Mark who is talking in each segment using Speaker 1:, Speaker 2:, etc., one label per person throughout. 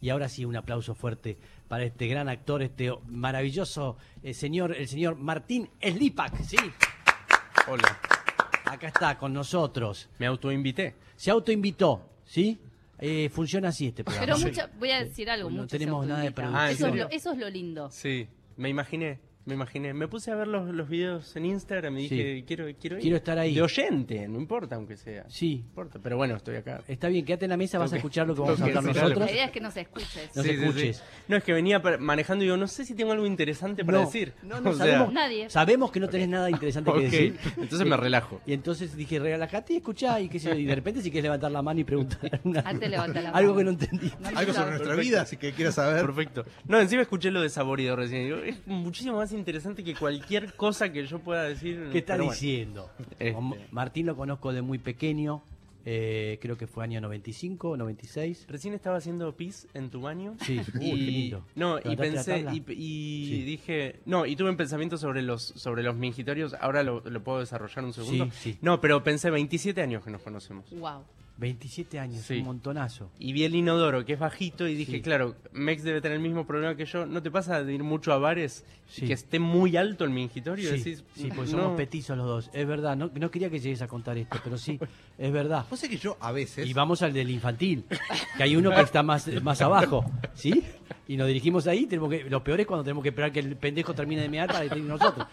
Speaker 1: Y ahora sí, un aplauso fuerte para este gran actor, este maravilloso eh, señor, el señor Martín Slipak, ¿sí?
Speaker 2: Hola,
Speaker 1: Acá está con nosotros.
Speaker 2: me autoinvité.
Speaker 1: Se autoinvitó, ¿sí? Eh, funciona así este programa.
Speaker 3: Pero mucha- voy a decir algo.
Speaker 1: No
Speaker 3: mucho
Speaker 1: tenemos
Speaker 3: se
Speaker 1: nada de
Speaker 3: autoinvitan.
Speaker 1: producción.
Speaker 2: Ah, ¿en
Speaker 3: eso, es
Speaker 2: serio?
Speaker 3: lo, eso es lo lindo.
Speaker 2: Sí, me imaginé, me imaginé. Me puse a ver los, los videos en Instagram y
Speaker 1: Sí.
Speaker 2: dije, quiero, quiero ir.
Speaker 1: Quiero estar ahí.
Speaker 2: De oyente, no importa aunque sea.
Speaker 1: Sí.
Speaker 2: No importa, pero bueno, estoy acá.
Speaker 1: Está bien, quédate en la mesa, vas a
Speaker 2: Tengo que-
Speaker 1: escuchar lo que vamos a
Speaker 2: tengo que
Speaker 1: hablar
Speaker 2: hacer algo.
Speaker 1: nosotros.
Speaker 3: La idea es que nos escuches.
Speaker 1: No. nos escuches.
Speaker 2: No, es que venía pa- manejando y digo, no sé si tengo algo interesante para
Speaker 1: No,
Speaker 2: decir.
Speaker 1: No, no
Speaker 2: O sea,
Speaker 1: sabemos.
Speaker 3: Nadie.
Speaker 1: Sabemos que no tenés nada interesante
Speaker 2: Ok,
Speaker 1: que decir. Eh,
Speaker 2: entonces me relajo.
Speaker 1: Y entonces dije, regalajate y escuchá, y, qué sé yo, y de repente si quieres levantar la mano y preguntar una-
Speaker 3: Antes levanta la
Speaker 1: algo
Speaker 3: mano.
Speaker 1: que no entendí.
Speaker 3: No
Speaker 4: Algo sobre
Speaker 3: necesitamos-
Speaker 4: nuestra vida, así que quieras saber.
Speaker 2: Perfecto. No, encima escuché lo de Saborido recién. y digo, es muchísimo más interesante que cualquier cosa que yo pueda decir.
Speaker 1: ¿Qué está
Speaker 2: Mm, pero bueno.
Speaker 1: diciendo?
Speaker 2: Este.
Speaker 1: M- Martín lo conozco de muy pequeño, eh, creo que fue año 95 o 96.
Speaker 2: Recién estaba haciendo pis en tu baño.
Speaker 1: Sí, uy, qué lindo.
Speaker 2: No, y
Speaker 1: ¿Levantaste la
Speaker 2: pensé,
Speaker 1: tabla?
Speaker 2: y, y
Speaker 1: Sí.
Speaker 2: dije, no, y tuve un pensamiento sobre los, sobre los mingitorios, ahora lo, lo puedo desarrollar un segundo.
Speaker 1: Sí, sí.
Speaker 2: No, pero pensé 27 años que nos conocemos.
Speaker 3: Wow.
Speaker 1: 27 años,
Speaker 2: Sí.
Speaker 1: un montonazo.
Speaker 2: Y vi el inodoro, que es bajito, y dije,
Speaker 1: Sí.
Speaker 2: claro, Mex debe tener el mismo problema que yo. ¿No te pasa de ir mucho a bares
Speaker 1: Sí.
Speaker 2: y que esté muy alto el mingitorio?
Speaker 1: Sí,
Speaker 2: Decís, "Mm,
Speaker 1: sí, pues
Speaker 2: no.
Speaker 1: somos petizos los dos. Es verdad, no, no quería que llegues a contar esto, pero sí, es verdad.
Speaker 4: Vos sé que yo a veces.
Speaker 1: Y vamos al del infantil, que hay uno que está más, más abajo, ¿sí? Y nos dirigimos ahí, tenemos que, lo peor es cuando tenemos que esperar que el pendejo termine de mear para decir nosotros.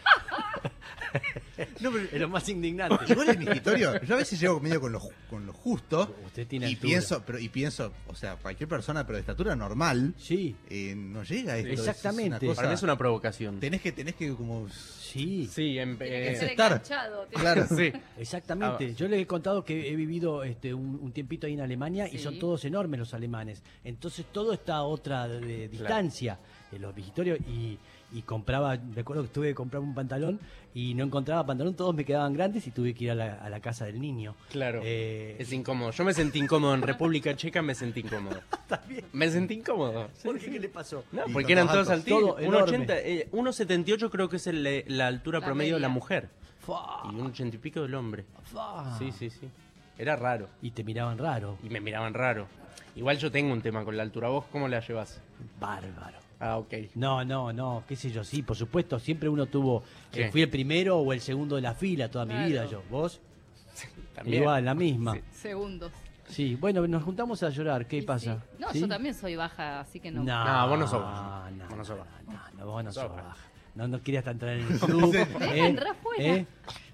Speaker 4: No, pero-
Speaker 1: Es lo más indignante.
Speaker 4: Igual en mi escritorio, yo a veces llego medio con lo, ju- con lo justo.
Speaker 1: Usted tiene
Speaker 4: y
Speaker 1: altura.
Speaker 4: pienso, pero, y pienso, o sea, cualquier persona, pero de estatura normal,
Speaker 1: Sí,
Speaker 4: eh, no llega a esto. es- es
Speaker 1: Exactamente.
Speaker 4: una cosa-
Speaker 2: Para mí es una provocación.
Speaker 4: Tenés que, tenés que como.
Speaker 1: sí,
Speaker 2: Sí, en-
Speaker 3: Tiene que
Speaker 2: eh,
Speaker 3: ser
Speaker 4: estar.
Speaker 3: enganchado. tiene-
Speaker 4: Claro.
Speaker 2: sí.
Speaker 1: exactamente.
Speaker 2: Ah.
Speaker 1: Yo les he contado que he vivido este, un, un tiempito ahí en Alemania y
Speaker 3: Sí.
Speaker 1: son todos enormes los alemanes. Entonces todo está a otra de- de distancia en los visitorios y, y compraba, me acuerdo que tuve que comprar un pantalón y no encontraba pantalón, todos me quedaban grandes y tuve que ir a la, a la casa del niño.
Speaker 2: Claro.
Speaker 1: Eh,
Speaker 2: Es incómodo. Yo me sentí incómodo. En República Checa me sentí incómodo. Me sentí incómodo.
Speaker 1: ¿Por qué? ¿Qué le pasó?
Speaker 2: No,
Speaker 4: Y
Speaker 2: porque
Speaker 4: con
Speaker 2: eran
Speaker 4: los
Speaker 2: todos
Speaker 4: altos.
Speaker 2: altísimos.
Speaker 1: Todo
Speaker 2: 1,80. eh, 1,78 creo que es el- eh, la altura
Speaker 3: La
Speaker 2: promedio de la
Speaker 3: media.
Speaker 2: mujer.
Speaker 1: Fa,
Speaker 2: Y un 80 y pico del hombre.
Speaker 1: fa.
Speaker 2: Sí, sí, sí. Era raro.
Speaker 1: Y te miraban raro.
Speaker 2: Y me miraban raro. Igual yo tengo un tema con la altura. ¿Vos cómo la llevas?
Speaker 1: Bárbaro.
Speaker 2: Ah, ok.
Speaker 1: No, no, no, qué sé yo, sí, por supuesto, siempre uno tuvo, eh,
Speaker 2: Sí.
Speaker 1: fui el primero o el segundo de la fila toda mi
Speaker 3: Claro.
Speaker 1: vida yo, vos,
Speaker 2: También.
Speaker 1: igual, la misma. Sí.
Speaker 2: Sí.
Speaker 3: Segundos.
Speaker 1: bueno, nos juntamos a llorar, ¿qué
Speaker 3: Y
Speaker 1: pasa?
Speaker 3: sí. No,
Speaker 1: ¿Sí?
Speaker 3: yo también soy baja, así que no.
Speaker 1: No,
Speaker 2: No, vos no sos
Speaker 1: No,
Speaker 2: baja.
Speaker 1: no,
Speaker 2: Vos no sos baja.
Speaker 1: no, no, vos no sos
Speaker 2: Sos
Speaker 1: baja.
Speaker 2: baja.
Speaker 1: No, no querías entrar en el club. ¿eh?
Speaker 3: entrar fuera.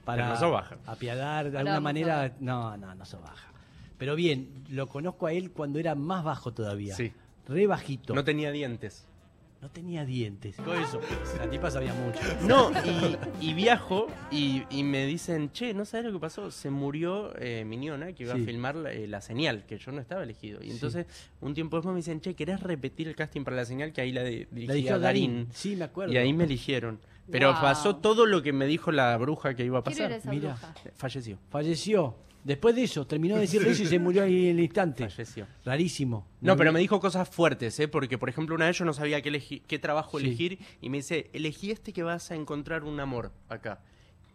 Speaker 1: Para
Speaker 2: Pero no sos baja.
Speaker 1: apiadar, de
Speaker 3: Ahora
Speaker 1: alguna
Speaker 3: vamos a
Speaker 1: manera,
Speaker 3: ver.
Speaker 1: no, no, no sos baja. Pero bien, lo conozco a él cuando era más bajo todavía.
Speaker 2: Sí.
Speaker 1: Re bajito.
Speaker 2: No tenía dientes.
Speaker 1: No tenía dientes. Todo eso. La tipa sabía mucho.
Speaker 2: No, y, y viajo y, y me dicen, che, ¿no sabes lo que pasó? Se murió eh, mi nona que iba
Speaker 1: Sí.
Speaker 2: a filmar la, eh, la señal, que yo no estaba elegido. Y
Speaker 1: Sí.
Speaker 2: entonces, un tiempo después me dicen, che, ¿querés repetir el casting para la señal? Que ahí la de- dirigía
Speaker 1: La dijo
Speaker 2: Darín.
Speaker 1: Darín. Sí, me acuerdo.
Speaker 2: Y ahí me eligieron. Pero
Speaker 3: Wow.
Speaker 2: pasó todo lo que me dijo la bruja que iba a
Speaker 3: Quiero ir a
Speaker 2: pasar.
Speaker 3: esa
Speaker 1: Mira.
Speaker 3: bruja.
Speaker 2: Falleció.
Speaker 1: Falleció. Después de eso, terminó de decir eso y se murió ahí en el instante.
Speaker 2: Falleció.
Speaker 1: Rarísimo.
Speaker 2: No, pero me dijo cosas fuertes, ¿eh? Porque, por ejemplo, una vez yo no sabía qué, elegi- qué trabajo
Speaker 1: Sí.
Speaker 2: elegir y me dice, elegí este que vas a encontrar un amor acá.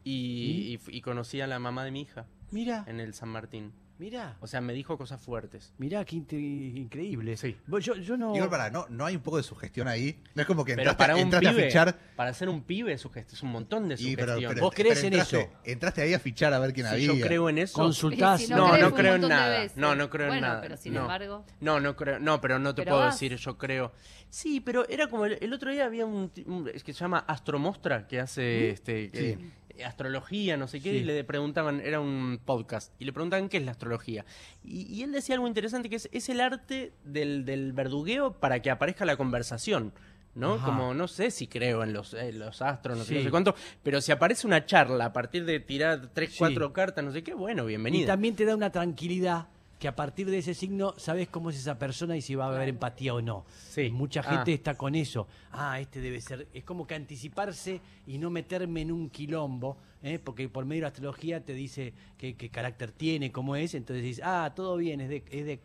Speaker 2: Y, y- y conocí a la mamá de mi hija
Speaker 1: Mira,
Speaker 2: en el San Martín.
Speaker 1: mira.
Speaker 2: O sea, me dijo cosas fuertes.
Speaker 1: Mirá, qué inte- increíble.
Speaker 2: Sí.
Speaker 1: Vos, Yo, yo no.
Speaker 4: Igual para, no, no hay un poco de sugestión ahí. No es como que
Speaker 2: Pero
Speaker 4: entraste,
Speaker 2: para un
Speaker 4: entraste
Speaker 2: pibe,
Speaker 4: a fichar.
Speaker 2: para ser un pibe, sugest- es un montón de
Speaker 4: Y, pero,
Speaker 2: sugestión.
Speaker 4: pero-
Speaker 1: Vos crees
Speaker 4: pero
Speaker 1: en
Speaker 4: entraste,
Speaker 1: eso.
Speaker 4: Entraste ahí a fichar a ver quién
Speaker 2: si
Speaker 4: había.
Speaker 2: yo creo en eso...
Speaker 1: Consultás.
Speaker 3: Y si
Speaker 2: No,
Speaker 3: crees
Speaker 2: no
Speaker 3: un
Speaker 2: creo en
Speaker 3: montón de
Speaker 2: nada.
Speaker 3: veces.
Speaker 2: No, no creo en
Speaker 3: Bueno,
Speaker 2: nada.
Speaker 3: pero sin
Speaker 2: No.
Speaker 3: embargo.
Speaker 2: No, no creo, no, pero no te
Speaker 3: Pero
Speaker 2: puedo
Speaker 3: vas.
Speaker 2: decir, yo creo. Sí, pero era como el, el otro día había un, ti- un- es que se llama Astromostra que hace
Speaker 3: ¿Mm?
Speaker 2: este que- astrología, no sé qué,
Speaker 1: Sí.
Speaker 2: y le preguntaban, era un podcast, y le preguntaban qué es la astrología. Y, y él decía algo interesante que es, es el arte del, del verdugueo para que aparezca la conversación. ¿No?
Speaker 1: Ajá.
Speaker 2: Como no sé si creo en los, en los astros, no sé, qué,
Speaker 1: Sí.
Speaker 2: no sé cuánto, pero si aparece una charla a partir de tirar tres,
Speaker 1: Sí.
Speaker 2: cuatro cartas, no sé qué, bueno,
Speaker 1: Y
Speaker 2: bienvenida.
Speaker 1: también te da una tranquilidad que a partir de ese signo sabes cómo es esa persona y si va a haber empatía o no.
Speaker 2: Sí.
Speaker 1: Y Mucha
Speaker 2: Ah.
Speaker 1: gente está con eso. Ah, este debe ser. Es como que anticiparse y no meterme en un quilombo, ¿eh? porque por medio de la astrología te dice qué, qué carácter tiene, cómo es. Entonces dices, ah, todo bien, es de, es de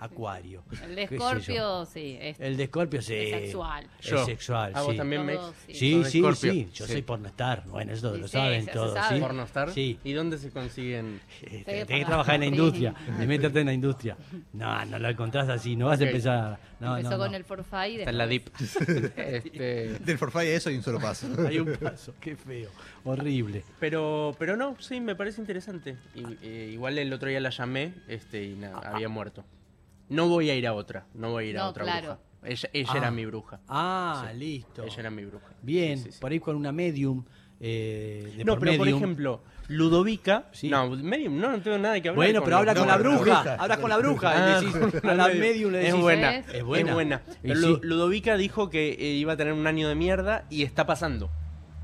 Speaker 1: Acuario.
Speaker 3: El
Speaker 1: qué
Speaker 3: de
Speaker 1: sé yo.
Speaker 3: Scorpio, sí, es
Speaker 1: El de Escorpio sí.
Speaker 3: es sexual.
Speaker 1: Es
Speaker 2: Yo.
Speaker 1: sexual,
Speaker 2: A vos
Speaker 1: sí.
Speaker 2: también, Mex.
Speaker 3: Todos, sí.
Speaker 1: Sí,
Speaker 2: Son
Speaker 1: sí,
Speaker 2: Scorpio.
Speaker 1: sí. Yo
Speaker 2: Sí.
Speaker 1: soy pornostar. Bueno, eso
Speaker 3: Sí,
Speaker 1: lo
Speaker 3: sí,
Speaker 1: saben
Speaker 3: se
Speaker 1: todos.
Speaker 2: Ah,
Speaker 3: sabe.
Speaker 1: ¿sí?
Speaker 2: ¿Pornostar?
Speaker 1: Sí.
Speaker 2: ¿Y dónde se consiguen?
Speaker 1: Eh,
Speaker 3: Tenés que
Speaker 1: Tenés que
Speaker 3: pagar.
Speaker 1: trabajar en la
Speaker 3: Sí.
Speaker 1: industria, de meterte en la industria. No, no lo encontrás así, no vas
Speaker 2: Ok.
Speaker 1: a empezar. No,
Speaker 3: Empezó
Speaker 1: no, no.
Speaker 3: con el Forfait.
Speaker 2: Está en la DIP. Este,
Speaker 4: Del Forfait a eso y un solo paso.
Speaker 1: Hay un paso, qué feo, horrible.
Speaker 2: pero, pero no, sí, me parece interesante. Y- eh, igual el otro día la llamé este, y nada,
Speaker 1: Ah.
Speaker 2: había muerto. No voy a ir a otra, no voy a ir a
Speaker 3: No,
Speaker 2: otra
Speaker 3: claro.
Speaker 2: bruja. Ella, ella era
Speaker 1: Ah.
Speaker 2: mi bruja.
Speaker 1: Ah,
Speaker 2: Sí.
Speaker 1: listo.
Speaker 2: Ella era mi bruja.
Speaker 1: Bien,
Speaker 2: Sí, sí, sí.
Speaker 1: por ahí con una medium. eh, de
Speaker 2: no,
Speaker 1: por
Speaker 2: pero por
Speaker 1: medium.
Speaker 2: ejemplo, Ludovica.
Speaker 1: Sí.
Speaker 2: No, medium, no, no tengo nada que hablar.
Speaker 1: Bueno,
Speaker 2: con
Speaker 1: pero habla
Speaker 2: los-
Speaker 1: con
Speaker 2: no,
Speaker 1: la
Speaker 4: no, no.
Speaker 1: bruja,
Speaker 4: Bruja.
Speaker 1: habla con la bruja.
Speaker 2: Ah,
Speaker 1: y le decís, a la medium le decís.
Speaker 2: es buena,
Speaker 3: "Es
Speaker 2: es buena.
Speaker 1: buena". Y
Speaker 2: Pero
Speaker 1: sí.
Speaker 2: Lu- Ludovica dijo que eh, iba a tener un año de mierda y está pasando.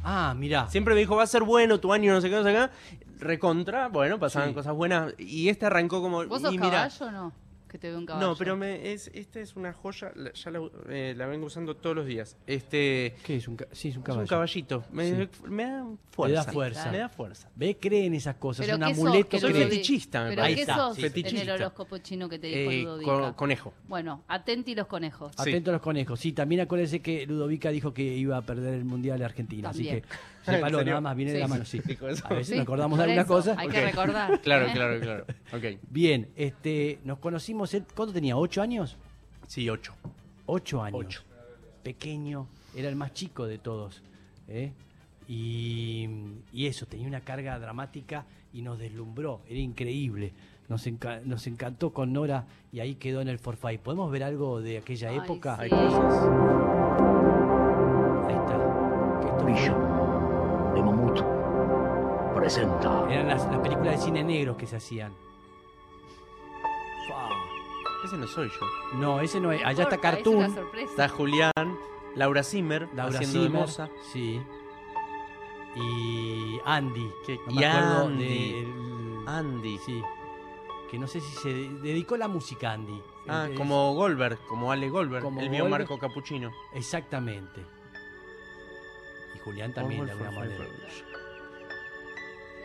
Speaker 1: Ah, mirá.
Speaker 2: Siempre me dijo, va a ser bueno tu año, no sé qué, no sé qué. Recontra, bueno, pasaban
Speaker 1: Sí.
Speaker 2: cosas buenas. Y este arrancó como.
Speaker 3: ¿Vos sos
Speaker 2: "Y mirá".
Speaker 3: caballo o no? Que te veo un caballo.
Speaker 2: No, pero me, es, esta es una joya, la- ya la, eh, la vengo usando todos los días. Este.
Speaker 1: ¿Qué es un, ca- sí, es un
Speaker 2: Es un
Speaker 1: caballo?
Speaker 2: caballito. Me,
Speaker 1: Sí.
Speaker 2: me da fuerza.
Speaker 1: da fuerza.
Speaker 2: Me da fuerza.
Speaker 1: Ve, cree en esas cosas.
Speaker 3: ¿Pero
Speaker 1: un
Speaker 3: qué sos,
Speaker 1: amuleto.
Speaker 3: que
Speaker 2: Soy
Speaker 1: cree.
Speaker 3: Ludovica?
Speaker 2: fetichista, me
Speaker 3: ¿Pero
Speaker 1: Ahí
Speaker 3: qué
Speaker 2: parece.
Speaker 1: está,
Speaker 3: sos
Speaker 1: sí,
Speaker 3: en el
Speaker 2: fetichista.
Speaker 3: horóscopo chino que te dijo
Speaker 2: Eh,
Speaker 3: Ludovica?
Speaker 2: co- conejo.
Speaker 3: Bueno, atenti los conejos.
Speaker 2: Ah, Sí.
Speaker 1: Atento a los conejos. Sí, también acuérdense que Ludovica dijo que iba a perder el Mundial de Argentina. Así
Speaker 3: También.
Speaker 1: que,
Speaker 2: ¿En
Speaker 1: sepalo,
Speaker 2: serio?
Speaker 1: nada más viene de
Speaker 3: Sí.
Speaker 1: la mano, sí.
Speaker 2: Dijo eso.
Speaker 1: A veces
Speaker 3: Sí,
Speaker 1: nos acordamos
Speaker 3: por
Speaker 1: de alguna
Speaker 3: eso,
Speaker 1: cosa.
Speaker 3: Hay
Speaker 2: Ok.
Speaker 3: que recordar.
Speaker 2: Claro,
Speaker 3: ¿eh?
Speaker 2: claro, claro. Ok.
Speaker 1: Bien, este, nos conocimos, él- ¿cuánto tenía? ¿Ocho años?
Speaker 2: Sí, 8.
Speaker 1: Ocho años.
Speaker 2: Ocho.
Speaker 1: Pequeño, era el más chico de todos. ¿eh? Y, y eso, tenía una carga dramática y nos deslumbró, era increíble. Nos, enca- nos encantó con Nora y ahí quedó en el Forfait. ¿Podemos ver algo de aquella
Speaker 3: Ay,
Speaker 1: época?
Speaker 2: Hay
Speaker 3: Sí.
Speaker 2: cosas.
Speaker 1: Ahí está. Que esto-
Speaker 5: Brillo de Mamut presenta
Speaker 1: Eran las, las películas de cine negro que se hacían.
Speaker 2: Ese no soy yo.
Speaker 1: No, ese no es. Allá está
Speaker 3: Importa, esa es la
Speaker 1: Cartoon.
Speaker 3: sorpresa.
Speaker 2: Está Julián, Laura Zimmer,
Speaker 1: Laura
Speaker 2: haciendo de
Speaker 1: Zimmer,
Speaker 2: moza.
Speaker 1: Sí. Y Andy.
Speaker 2: Que-
Speaker 1: no me
Speaker 2: y
Speaker 1: acuerdo
Speaker 2: Andy.
Speaker 1: de el-
Speaker 2: Andy.
Speaker 1: Sí. Que no sé si se de- dedicó la música a Andy.
Speaker 2: Ah,
Speaker 1: Es-
Speaker 2: como Goldberg, como Ale Goldberg.
Speaker 1: Como
Speaker 2: Él vio
Speaker 1: Goldberg.
Speaker 2: Marco Capuchino.
Speaker 1: Exactamente. Y Julián también, de alguna manera.
Speaker 3: Sé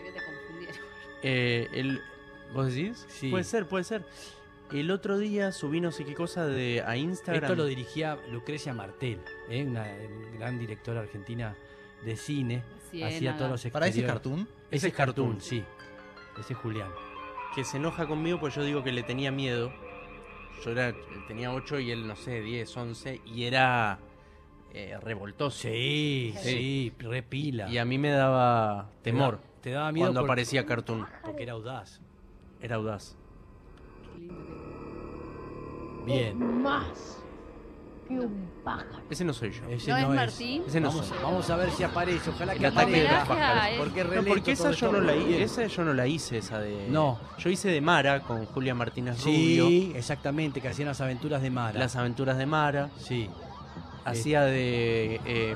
Speaker 3: que te confundieron.
Speaker 2: Eh, el- ¿Vos decís?
Speaker 1: Sí.
Speaker 2: Puede ser, puede ser. El otro día subí no sé qué cosa de, a Instagram.
Speaker 1: Esto lo dirigía Lucrecia Martel, ¿eh? una gran directora argentina de cine. Hacía
Speaker 3: Ciénaga.
Speaker 1: todos los
Speaker 4: Para ese
Speaker 1: exteriores.
Speaker 4: cartoon,
Speaker 1: Ese es Cartoon,
Speaker 2: Cartoon.
Speaker 1: sí. Ese es Julián.
Speaker 2: Que se enoja conmigo porque yo digo que le tenía miedo. Yo era, tenía 8 y él, no sé, 10, 11. Y era eh, revoltoso.
Speaker 1: Sí, sí,
Speaker 2: Sí.
Speaker 1: repila.
Speaker 2: Y a mí me daba temor
Speaker 1: Te daba miedo
Speaker 2: cuando
Speaker 1: por-
Speaker 2: aparecía Cartoon.
Speaker 1: porque era audaz.
Speaker 2: Era audaz.
Speaker 3: Qué lindo que-
Speaker 1: Bien.
Speaker 5: más que un pájaro.
Speaker 2: Ese no soy yo.
Speaker 1: Ese
Speaker 3: ¿No
Speaker 1: no,
Speaker 3: es
Speaker 1: es
Speaker 3: Martín?
Speaker 2: Ese no
Speaker 1: vamos,
Speaker 2: soy.
Speaker 1: vamos a ver si aparece. Ojalá
Speaker 2: El
Speaker 1: que
Speaker 2: ataque de
Speaker 1: aparezca.
Speaker 2: los pájaros.
Speaker 3: es-
Speaker 1: Porque,
Speaker 2: No,
Speaker 1: releto
Speaker 2: porque esa
Speaker 1: todo
Speaker 2: yo
Speaker 1: esto.
Speaker 2: no la hice,
Speaker 1: Bien.
Speaker 2: esa yo no la hice, esa de...
Speaker 1: No.
Speaker 2: Yo hice de Mara con Julia Martínez Rubio,
Speaker 1: Sí, exactamente, que hacían las aventuras de Mara.
Speaker 2: Las aventuras de Mara,
Speaker 1: Sí.
Speaker 2: hacía de... eh,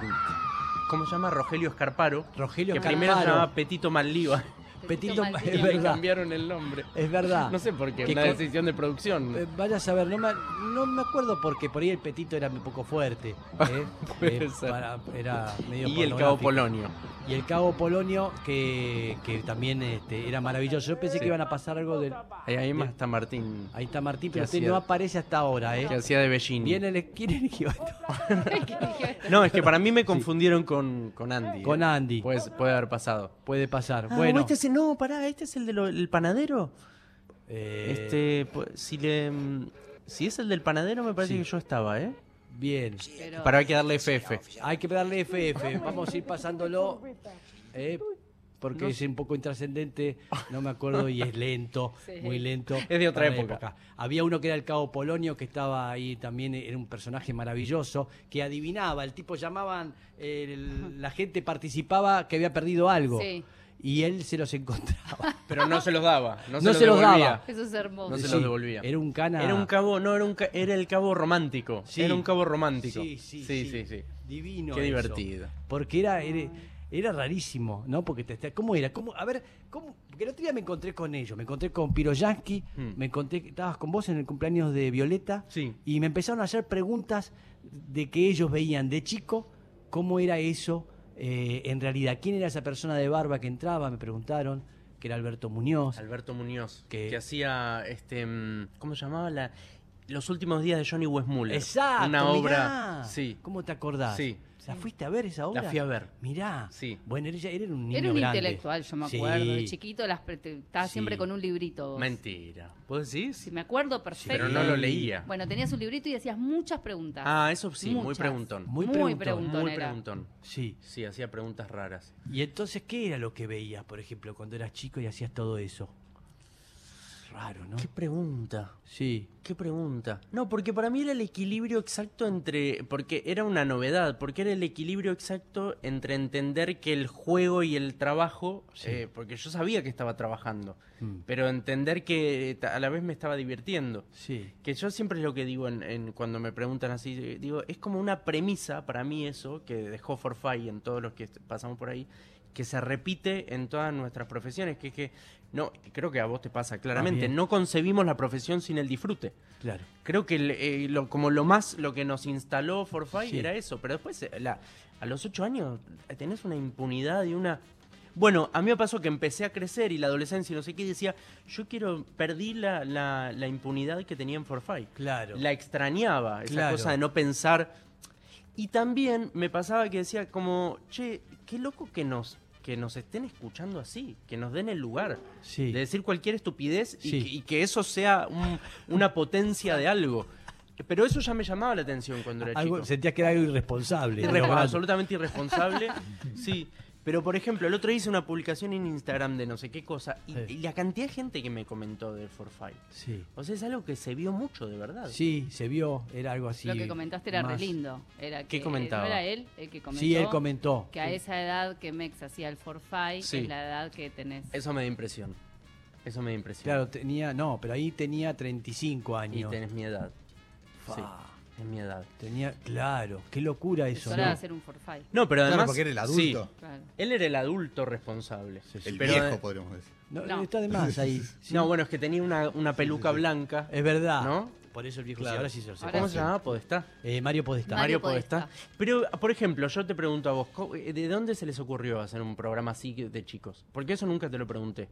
Speaker 2: ¿Cómo se llama? Rogelio Escarparo,
Speaker 1: Rogelio
Speaker 2: que primero se
Speaker 1: Carparo.
Speaker 2: llamaba Petito Maldiva,
Speaker 1: Petito-
Speaker 3: Maldini.
Speaker 1: Es
Speaker 2: y le
Speaker 1: verdad.
Speaker 2: cambiaron el nombre.
Speaker 1: Es verdad.
Speaker 2: No sé por Ah, qué,
Speaker 1: Que
Speaker 2: una
Speaker 1: con-
Speaker 2: decisión de producción.
Speaker 1: Eh, Vaya a saber, no me, no me acuerdo porque por ahí el petito era un poco fuerte. ¿eh?
Speaker 2: Puede
Speaker 1: Eh,
Speaker 2: ser.
Speaker 1: para- era medio
Speaker 2: y el Cabo
Speaker 1: pornográfico.
Speaker 2: Polonio.
Speaker 1: Y el cabo Polonio, que, que también este, era maravilloso. Yo pensé
Speaker 2: Sí.
Speaker 1: que iban a pasar algo del.
Speaker 2: Ahí, ahí más está Martín,
Speaker 1: Ahí está Martín, pero
Speaker 2: Que
Speaker 1: usted
Speaker 2: hacía-
Speaker 1: no aparece hasta ahora,
Speaker 2: que
Speaker 1: ¿eh?
Speaker 2: hacía de Bellini.
Speaker 1: Viene el ¿Quién eligió esto?
Speaker 2: No, es que para mí me confundieron con, con Andy.
Speaker 1: Con
Speaker 2: eh.
Speaker 1: Andy.
Speaker 2: Pues, puede haber pasado.
Speaker 1: Puede pasar.
Speaker 2: Ah,
Speaker 1: bueno,
Speaker 2: este es el- no, pará, este es el del panadero.
Speaker 1: eh,
Speaker 2: Este, po- si le mm, si es el del panadero me parece
Speaker 1: Sí.
Speaker 2: que yo estaba, ¿eh?
Speaker 1: Bien.
Speaker 3: Pero-
Speaker 2: Para hay que darle FF.
Speaker 1: Hay que darle FF. Vamos a ir pasándolo. eh, porque
Speaker 2: No.
Speaker 1: es un poco intrascendente, no me acuerdo, y es lento,
Speaker 3: Sí.
Speaker 1: muy lento.
Speaker 2: Es de otra
Speaker 1: para la
Speaker 2: época.
Speaker 1: Había uno que era el Cabo Polonio, que estaba ahí también, era un personaje maravilloso, que adivinaba, el tipo llamaban, eh, el- la gente participaba que había perdido algo.
Speaker 3: Sí,
Speaker 1: Y él se los encontraba.
Speaker 2: Pero no se los daba, no,
Speaker 1: No
Speaker 2: se,
Speaker 1: se
Speaker 2: los
Speaker 1: los
Speaker 2: devolvía.
Speaker 1: daba.
Speaker 3: eso es hermoso.
Speaker 2: No se los devolvía.
Speaker 1: Era un cana.
Speaker 2: Era un cabo, no, era un ca- era el cabo romántico.
Speaker 1: Sí.
Speaker 2: Era un cabo romántico.
Speaker 1: Sí, sí,
Speaker 2: sí. sí, sí.
Speaker 1: Divino.
Speaker 2: Qué
Speaker 1: eso.
Speaker 2: divertido.
Speaker 1: Porque era, era,
Speaker 2: Ah.
Speaker 1: era rarísimo, ¿no? Porque te, te- ¿Cómo era? ¿Cómo, a ver, ¿cómo? Porque el otro día me encontré con ellos, me encontré con Piroyansky,
Speaker 2: Mm.
Speaker 1: me encontré, que estabas con vos en el cumpleaños de Violeta,
Speaker 2: Sí.
Speaker 1: y me empezaron a hacer preguntas de que ellos veían de chico, cómo era eso eh, en realidad, quién era esa persona de barba que entraba, me preguntaron, que era Alberto Muñoz.
Speaker 2: Alberto Muñoz,
Speaker 1: Que-
Speaker 2: que hacía este mm, ¿cómo se llamaba la Los últimos días de Johnny Westmuller.
Speaker 1: Exacto.
Speaker 2: Una obra.
Speaker 1: mirá.
Speaker 2: Sí.
Speaker 1: ¿Cómo te acordás?
Speaker 2: Sí.
Speaker 1: ¿La fuiste a ver esa obra?
Speaker 2: La fui a ver.
Speaker 1: Mirá.
Speaker 2: Sí.
Speaker 1: Bueno, él ya era un niño
Speaker 3: Era un
Speaker 1: grande.
Speaker 3: intelectual, yo me
Speaker 1: Sí.
Speaker 3: acuerdo. De chiquito las pre- te- estaba
Speaker 1: Sí.
Speaker 3: siempre con un librito. vos.
Speaker 2: Mentira. ¿Vos decís?
Speaker 3: Si me acuerdo
Speaker 1: Sí.
Speaker 3: perfecto.
Speaker 2: Pero no lo leía.
Speaker 3: Bueno, tenías un librito y hacías muchas preguntas.
Speaker 2: Ah, eso sí, muy
Speaker 3: Muchas.
Speaker 2: preguntón.
Speaker 1: Muy
Speaker 3: muy
Speaker 1: preguntón.
Speaker 3: preguntón.
Speaker 2: Muy
Speaker 3: era.
Speaker 2: preguntón.
Speaker 1: Sí.
Speaker 2: Sí, hacía preguntas raras.
Speaker 1: ¿Y entonces qué era lo que veías, por ejemplo, cuando eras chico y hacías todo eso? Raro, ¿no?
Speaker 2: ¿Qué pregunta?
Speaker 1: Sí.
Speaker 2: ¿Qué pregunta? No, porque para mí era el equilibrio exacto entre. Porque era una novedad, porque era el equilibrio exacto entre entender que el juego y el trabajo.
Speaker 1: Sí.
Speaker 2: eh, porque yo sabía que estaba trabajando,
Speaker 1: Mm.
Speaker 2: pero entender que ta- a la vez me estaba divirtiendo.
Speaker 1: Sí.
Speaker 2: Que yo siempre es lo que digo en, en- cuando me preguntan así, eh, digo, es como una premisa para mí eso, que dejó Forfait en todos los que est- pasamos por ahí, que se repite en todas nuestras profesiones, que es que, no, creo que a vos te pasa claramente,
Speaker 1: Ah, bien.
Speaker 2: no concebimos la profesión sin el disfrute.
Speaker 1: Claro.
Speaker 2: Creo que el, eh, lo, como lo más, lo que nos instaló Forfait
Speaker 1: Sí.
Speaker 2: era eso, pero después, eh, la- a los ocho años, eh, tenés una impunidad y una... Bueno, a mí me pasó que empecé a crecer y la adolescencia y no sé qué, y decía, yo quiero, perdí la, la- la impunidad que tenía en Forfait
Speaker 1: Claro.
Speaker 2: la extrañaba, esa
Speaker 1: Claro.
Speaker 2: cosa de no pensar. Y también me pasaba que decía como, che, qué loco que nos, que nos estén escuchando así, que nos den el lugar
Speaker 1: Sí.
Speaker 2: de decir cualquier estupidez y,
Speaker 1: Sí.
Speaker 2: que, y que eso sea un- una potencia de algo. Pero eso ya me llamaba la atención cuando era
Speaker 1: Algo-
Speaker 2: chico.
Speaker 1: sentías que era algo irresponsable.
Speaker 2: Irrespo-
Speaker 1: arrogante.
Speaker 2: absolutamente irresponsable. sí. Pero, por ejemplo, el otro día hice una publicación en Instagram de no sé qué cosa y,
Speaker 1: Sí.
Speaker 2: y la cantidad de gente que me comentó de Forfait.
Speaker 1: Sí.
Speaker 2: O sea, es algo que se vio mucho, de verdad.
Speaker 1: Sí, se vio, era algo así.
Speaker 3: Lo que comentaste era
Speaker 1: más-
Speaker 3: re lindo. Era que, eh,
Speaker 2: comentaba?
Speaker 3: ¿No era él el que comentó?
Speaker 1: Sí, él comentó.
Speaker 3: Que a esa edad que Mex hacía el forfait
Speaker 2: Sí.
Speaker 3: es la edad que tenés.
Speaker 2: Eso me da impresión. Eso me da impresión.
Speaker 1: Claro, tenía, no, pero ahí tenía 35
Speaker 2: Y
Speaker 1: años.
Speaker 2: tenés mi edad.
Speaker 1: Fa.
Speaker 2: Sí, es mi edad.
Speaker 1: Tenía, claro, qué locura
Speaker 3: Es
Speaker 1: eso.
Speaker 3: hora de
Speaker 1: ¿no?
Speaker 3: hacer un forfait.
Speaker 2: No, pero además.
Speaker 4: Claro, porque era el adulto.
Speaker 2: sí,
Speaker 3: Claro.
Speaker 2: él era el adulto responsable.
Speaker 1: Sí, sí.
Speaker 4: El
Speaker 2: Pero,
Speaker 4: viejo,
Speaker 2: eh,
Speaker 4: podríamos decir.
Speaker 1: No,
Speaker 3: No.
Speaker 1: Está de más ahí. sí.
Speaker 2: No, bueno, es que tenía una, una peluca blanca.
Speaker 1: Es verdad.
Speaker 2: ¿No?
Speaker 1: Por eso el viejo
Speaker 4: Claro.
Speaker 1: sí, ahora sí se lo sé.
Speaker 3: Ahora
Speaker 2: ¿Cómo
Speaker 3: sí.
Speaker 2: se llamaba? Podestá.
Speaker 1: Eh, Mario Podestá.
Speaker 3: Mario
Speaker 2: Podestá. Pero, por ejemplo, yo te pregunto a vos, ¿co- eh, ¿de dónde se les ocurrió hacer un programa así que- de chicos? Porque eso nunca te lo pregunté.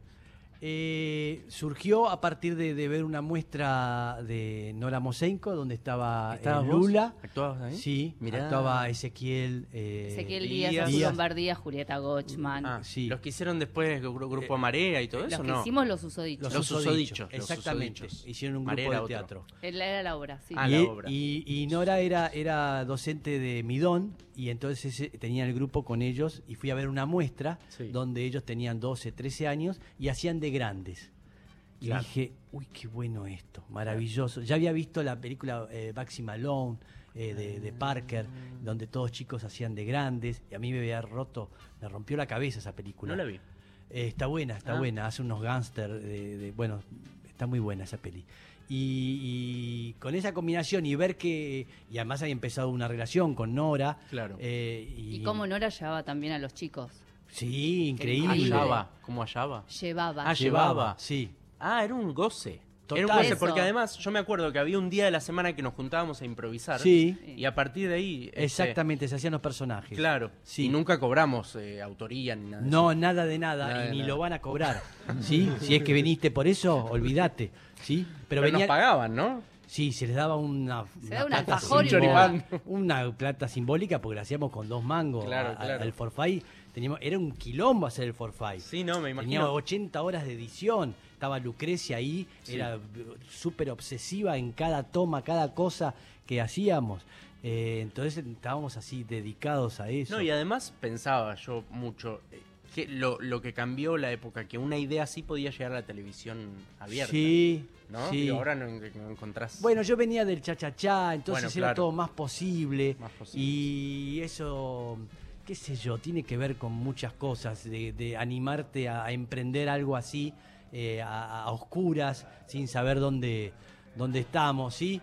Speaker 1: Eh, surgió a partir de, de ver una muestra de Nora Mosenko, donde estaba eh,
Speaker 2: ¿Estabas vos?
Speaker 1: Lula.
Speaker 2: ¿Actuabas ahí?
Speaker 1: Sí,
Speaker 2: Mirá.
Speaker 1: actuaba Ezequiel. eh,
Speaker 3: Ezequiel
Speaker 2: Díaz,
Speaker 3: Díaz,
Speaker 1: Díaz.
Speaker 3: Azul Lombardía, Julieta Gochman.
Speaker 2: Ah,
Speaker 1: sí. Eh,
Speaker 2: Los que hicieron después gru- Grupo Marea y todo
Speaker 3: los
Speaker 2: eso,
Speaker 3: que
Speaker 2: ¿no?
Speaker 3: hicimos los usodichos.
Speaker 2: Los usodichos, los
Speaker 1: Exactamente.
Speaker 2: usodichos.
Speaker 1: Hicieron un grupo
Speaker 2: Marea era
Speaker 1: de
Speaker 2: otro.
Speaker 1: teatro.
Speaker 3: Él era la obra, sí.
Speaker 2: Ah,
Speaker 1: y,
Speaker 2: la obra.
Speaker 1: y- y Nora era, era docente de Midón y entonces eh, tenía el grupo con ellos y fui a ver una muestra
Speaker 2: Sí.
Speaker 1: donde ellos tenían 12, 13 años y hacían de grandes. Y
Speaker 2: Claro.
Speaker 1: dije, uy, qué bueno esto, maravilloso. Ya había visto la película eh, Baxi Malone eh, de, de Parker, donde todos chicos hacían de grandes y a mí me había roto, me rompió la cabeza esa película.
Speaker 2: No la vi.
Speaker 1: Eh, está buena, está
Speaker 2: Ah.
Speaker 1: buena. Hace unos gángster de, de- Bueno, está muy buena esa peli. Y, y con esa combinación y ver que. Y además había empezado una relación con Nora.
Speaker 2: Claro.
Speaker 1: eh, y,
Speaker 3: Y cómo Nora llevaba también a los chicos.
Speaker 1: Sí, increíble.
Speaker 3: Increíble.
Speaker 2: Hallaba. ¿Cómo hallaba?
Speaker 3: Llevaba.
Speaker 2: Ah, llevaba.
Speaker 1: Sí.
Speaker 2: Ah, era un goce.
Speaker 1: Total.
Speaker 2: Era un goce,
Speaker 3: Eso.
Speaker 2: porque además yo me acuerdo que había un día de la semana que nos juntábamos a improvisar.
Speaker 1: Sí.
Speaker 2: Y a partir de ahí. este,
Speaker 1: Exactamente, se hacían los personajes.
Speaker 2: Claro.
Speaker 1: Sí.
Speaker 2: Y nunca cobramos eh, autoría ni nada. de
Speaker 1: No,
Speaker 2: eso.
Speaker 1: nada de nada,
Speaker 2: Nada
Speaker 1: y
Speaker 2: de
Speaker 1: ni
Speaker 2: nada.
Speaker 1: lo van a cobrar. ¿sí? si es que viniste por eso, olvídate. ¿sí? Pero,
Speaker 2: Pero,
Speaker 1: venía,
Speaker 2: nos pagaban, ¿no?
Speaker 1: Sí, se les daba una,
Speaker 3: Se da un
Speaker 1: plata
Speaker 3: alfajor
Speaker 2: y
Speaker 1: simbó-
Speaker 2: un
Speaker 1: una plata simbólica porque la hacíamos con dos mangos
Speaker 2: Claro,
Speaker 1: a- a-
Speaker 2: claro.
Speaker 1: al forfait. Teníamos, era un quilombo hacer el forfait.
Speaker 2: Sí, no,
Speaker 1: Tenía
Speaker 2: me imagino.
Speaker 1: 80 horas de edición. Estaba Lucrecia ahí,
Speaker 2: Sí.
Speaker 1: era eh, súper obsesiva en cada toma, cada cosa que hacíamos. Eh, entonces estábamos así dedicados a eso.
Speaker 2: No, y además pensaba yo mucho eh, que lo, lo que cambió la época, que una idea así podía llegar a la televisión abierta.
Speaker 1: Sí,
Speaker 2: ¿No?
Speaker 1: sí.
Speaker 2: Y ahora no, en- no encontrás.
Speaker 1: Bueno, yo venía del cha-cha-cha, entonces
Speaker 2: Bueno,
Speaker 1: era
Speaker 2: claro.
Speaker 1: todo más posible,
Speaker 2: Más posible.
Speaker 1: Y eso, qué sé yo, tiene que ver con muchas cosas, de, de animarte a, a emprender algo así, eh, a, a oscuras, sin saber dónde, dónde estamos, ¿sí?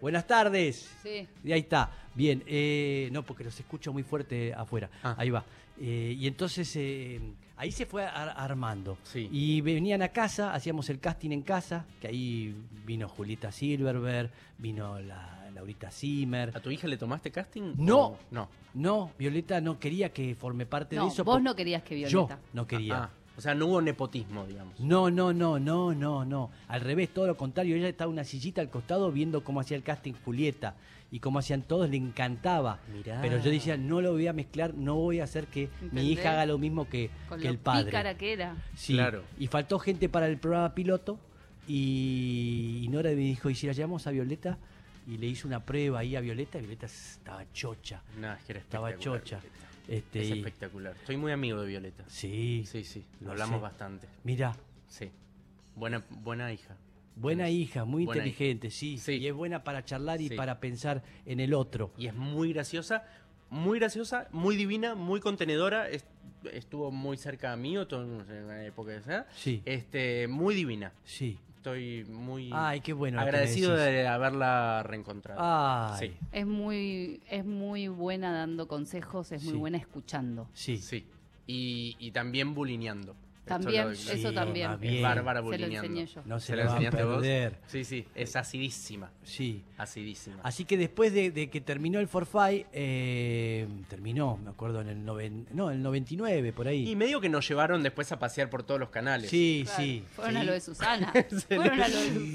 Speaker 1: Buenas tardes.
Speaker 3: Sí.
Speaker 1: Y ahí está. Bien, eh, no, porque los escucho muy fuerte afuera.
Speaker 2: Ah.
Speaker 1: Ahí va. Eh, y entonces eh, ahí se fue ar- armando.
Speaker 2: Sí.
Speaker 1: Y venían a casa, hacíamos el casting en casa, que ahí vino Julieta Silverberg, vino la, Laurita
Speaker 2: ¿A
Speaker 1: Zimmer.
Speaker 2: tu hija le tomaste casting?
Speaker 1: No.
Speaker 2: ¿O No.
Speaker 1: No, Violeta no quería que forme parte
Speaker 3: No,
Speaker 1: de eso.
Speaker 3: vos
Speaker 1: por-
Speaker 3: no querías que
Speaker 1: Yo
Speaker 3: Violeta.
Speaker 1: no quería.
Speaker 2: Ah, ah. O sea, no hubo nepotismo, digamos.
Speaker 1: No, no, no, no, no, no. Al revés, todo lo contrario. Ella estaba en una sillita al costado viendo cómo hacía el casting Julieta y cómo hacían todos, le encantaba.
Speaker 2: Mirá.
Speaker 1: Pero yo decía, no lo voy a mezclar, no voy a hacer que
Speaker 3: ¿Entendés?
Speaker 1: mi hija haga lo mismo que,
Speaker 3: Con
Speaker 1: que
Speaker 3: lo
Speaker 1: el padre.
Speaker 3: pícara que era.
Speaker 1: Sí,
Speaker 2: Claro.
Speaker 1: Y faltó gente para el programa piloto. Y, y Nora me dijo, ¿y si la llevamos a Violeta? Y le hizo una prueba ahí a Violeta. y Violeta estaba chocha.
Speaker 2: No, es que era
Speaker 1: Estaba
Speaker 2: espectacular,
Speaker 1: chocha.
Speaker 2: Violeta.
Speaker 1: Este,
Speaker 2: Es
Speaker 1: y-
Speaker 2: espectacular. Estoy muy amigo de Violeta.
Speaker 1: sí,
Speaker 2: Sí, sí.
Speaker 1: lo
Speaker 2: Lo hablamos
Speaker 1: sé.
Speaker 2: bastante.
Speaker 1: Mira,
Speaker 2: Sí. Buena, buena hija.
Speaker 1: buena
Speaker 2: Tenés-
Speaker 1: hija, muy
Speaker 2: buena hija.
Speaker 1: inteligente, sí,
Speaker 2: Sí.
Speaker 1: Y es buena para charlar y
Speaker 2: Sí.
Speaker 1: para pensar en el otro.
Speaker 2: Y es muy graciosa, muy graciosa, muy divina, muy contenedora. Es- Estuvo muy cerca mío todo en la época de sea.
Speaker 1: Sí,
Speaker 2: Este, muy divina.
Speaker 1: sí.
Speaker 2: Estoy muy
Speaker 1: Ay, qué bueno. lo que me
Speaker 2: agradecido
Speaker 1: decís.
Speaker 2: de haberla reencontrado.
Speaker 1: Ay,
Speaker 2: Sí.
Speaker 3: Es muy, es muy buena dando consejos, es muy
Speaker 1: Sí.
Speaker 3: buena escuchando.
Speaker 1: sí.
Speaker 2: Sí. Y, y también bulineando. Esto
Speaker 3: También,
Speaker 2: lo-
Speaker 3: eso
Speaker 1: Sí,
Speaker 3: también.
Speaker 1: más
Speaker 2: Es
Speaker 1: bien.
Speaker 2: bárbara
Speaker 3: Se lo
Speaker 2: bulineando.
Speaker 3: enseñé yo.
Speaker 1: No se,
Speaker 2: ¿Se
Speaker 1: la
Speaker 2: la
Speaker 1: va a
Speaker 2: enseñaste vos?
Speaker 1: perder.
Speaker 2: Sí, sí, es acidísima.
Speaker 1: Sí.
Speaker 2: Acidísima.
Speaker 1: Así que después de, de que terminó el Forfait, eh, terminó, me acuerdo, en el, noven, no, en el 99, por
Speaker 2: Y
Speaker 1: ahí.
Speaker 2: medio que nos llevaron después a pasear por todos los canales.
Speaker 1: Sí,
Speaker 3: Claro,
Speaker 1: sí.
Speaker 3: Fueron a
Speaker 2: Sí.
Speaker 3: lo de Susana.
Speaker 2: Se
Speaker 3: fueron
Speaker 2: le-
Speaker 3: a lo de
Speaker 2: Se le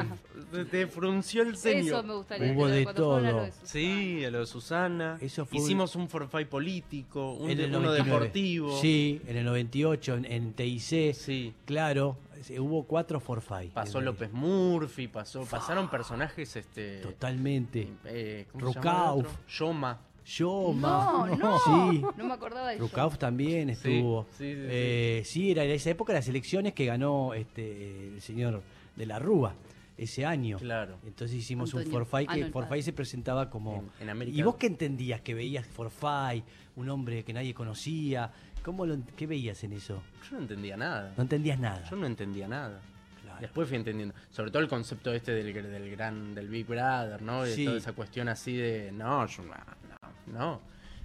Speaker 3: Susana.
Speaker 2: se te frunció el ceño.
Speaker 3: Eso me gustaría
Speaker 1: Hubo
Speaker 3: que
Speaker 1: de
Speaker 3: cuando fueron a lo
Speaker 1: todo.
Speaker 3: de Susana.
Speaker 2: Sí, a lo de Susana.
Speaker 1: Eso fue
Speaker 2: Hicimos un forfait político, un
Speaker 1: En
Speaker 2: de-
Speaker 1: el
Speaker 2: uno
Speaker 1: 99.
Speaker 2: deportivo.
Speaker 1: Sí, en el 98, en, en TIC.
Speaker 2: Sí.
Speaker 1: Claro, se- hubo cuatro Forfait.
Speaker 2: Pasó
Speaker 1: En-
Speaker 2: López Murphy, pasó,
Speaker 1: Ah.
Speaker 2: pasaron personajes este.
Speaker 1: Totalmente.
Speaker 2: eh, ¿cómo se llama el otro? Yoma.
Speaker 1: Yo,
Speaker 3: No,
Speaker 1: ma-
Speaker 3: no.
Speaker 1: Sí.
Speaker 3: No me acordaba de eso.
Speaker 1: Rukauf también estuvo.
Speaker 2: sí, sí, sí.
Speaker 1: Eh, sí, era en esa época las elecciones que ganó este el señor de la Rúa ese año.
Speaker 2: Claro.
Speaker 1: Entonces hicimos un
Speaker 3: Antonio.
Speaker 1: Forfait
Speaker 3: Ah,
Speaker 1: que
Speaker 3: no, el
Speaker 1: Forfait
Speaker 3: padre.
Speaker 1: se presentaba como
Speaker 2: En- en América.
Speaker 1: ¿Y vos qué entendías que veías Forfait, un hombre que nadie conocía? ¿Cómo lo en- qué veías en eso?
Speaker 2: Yo no entendía nada.
Speaker 1: No entendías nada.
Speaker 2: Yo no entendía nada.
Speaker 1: Claro.
Speaker 2: Después fui entendiendo. Sobre todo el concepto este del, gr- del gran, del Big Brother, ¿no? Y de
Speaker 1: Sí.
Speaker 2: toda esa cuestión así de. No, yo no, no, no.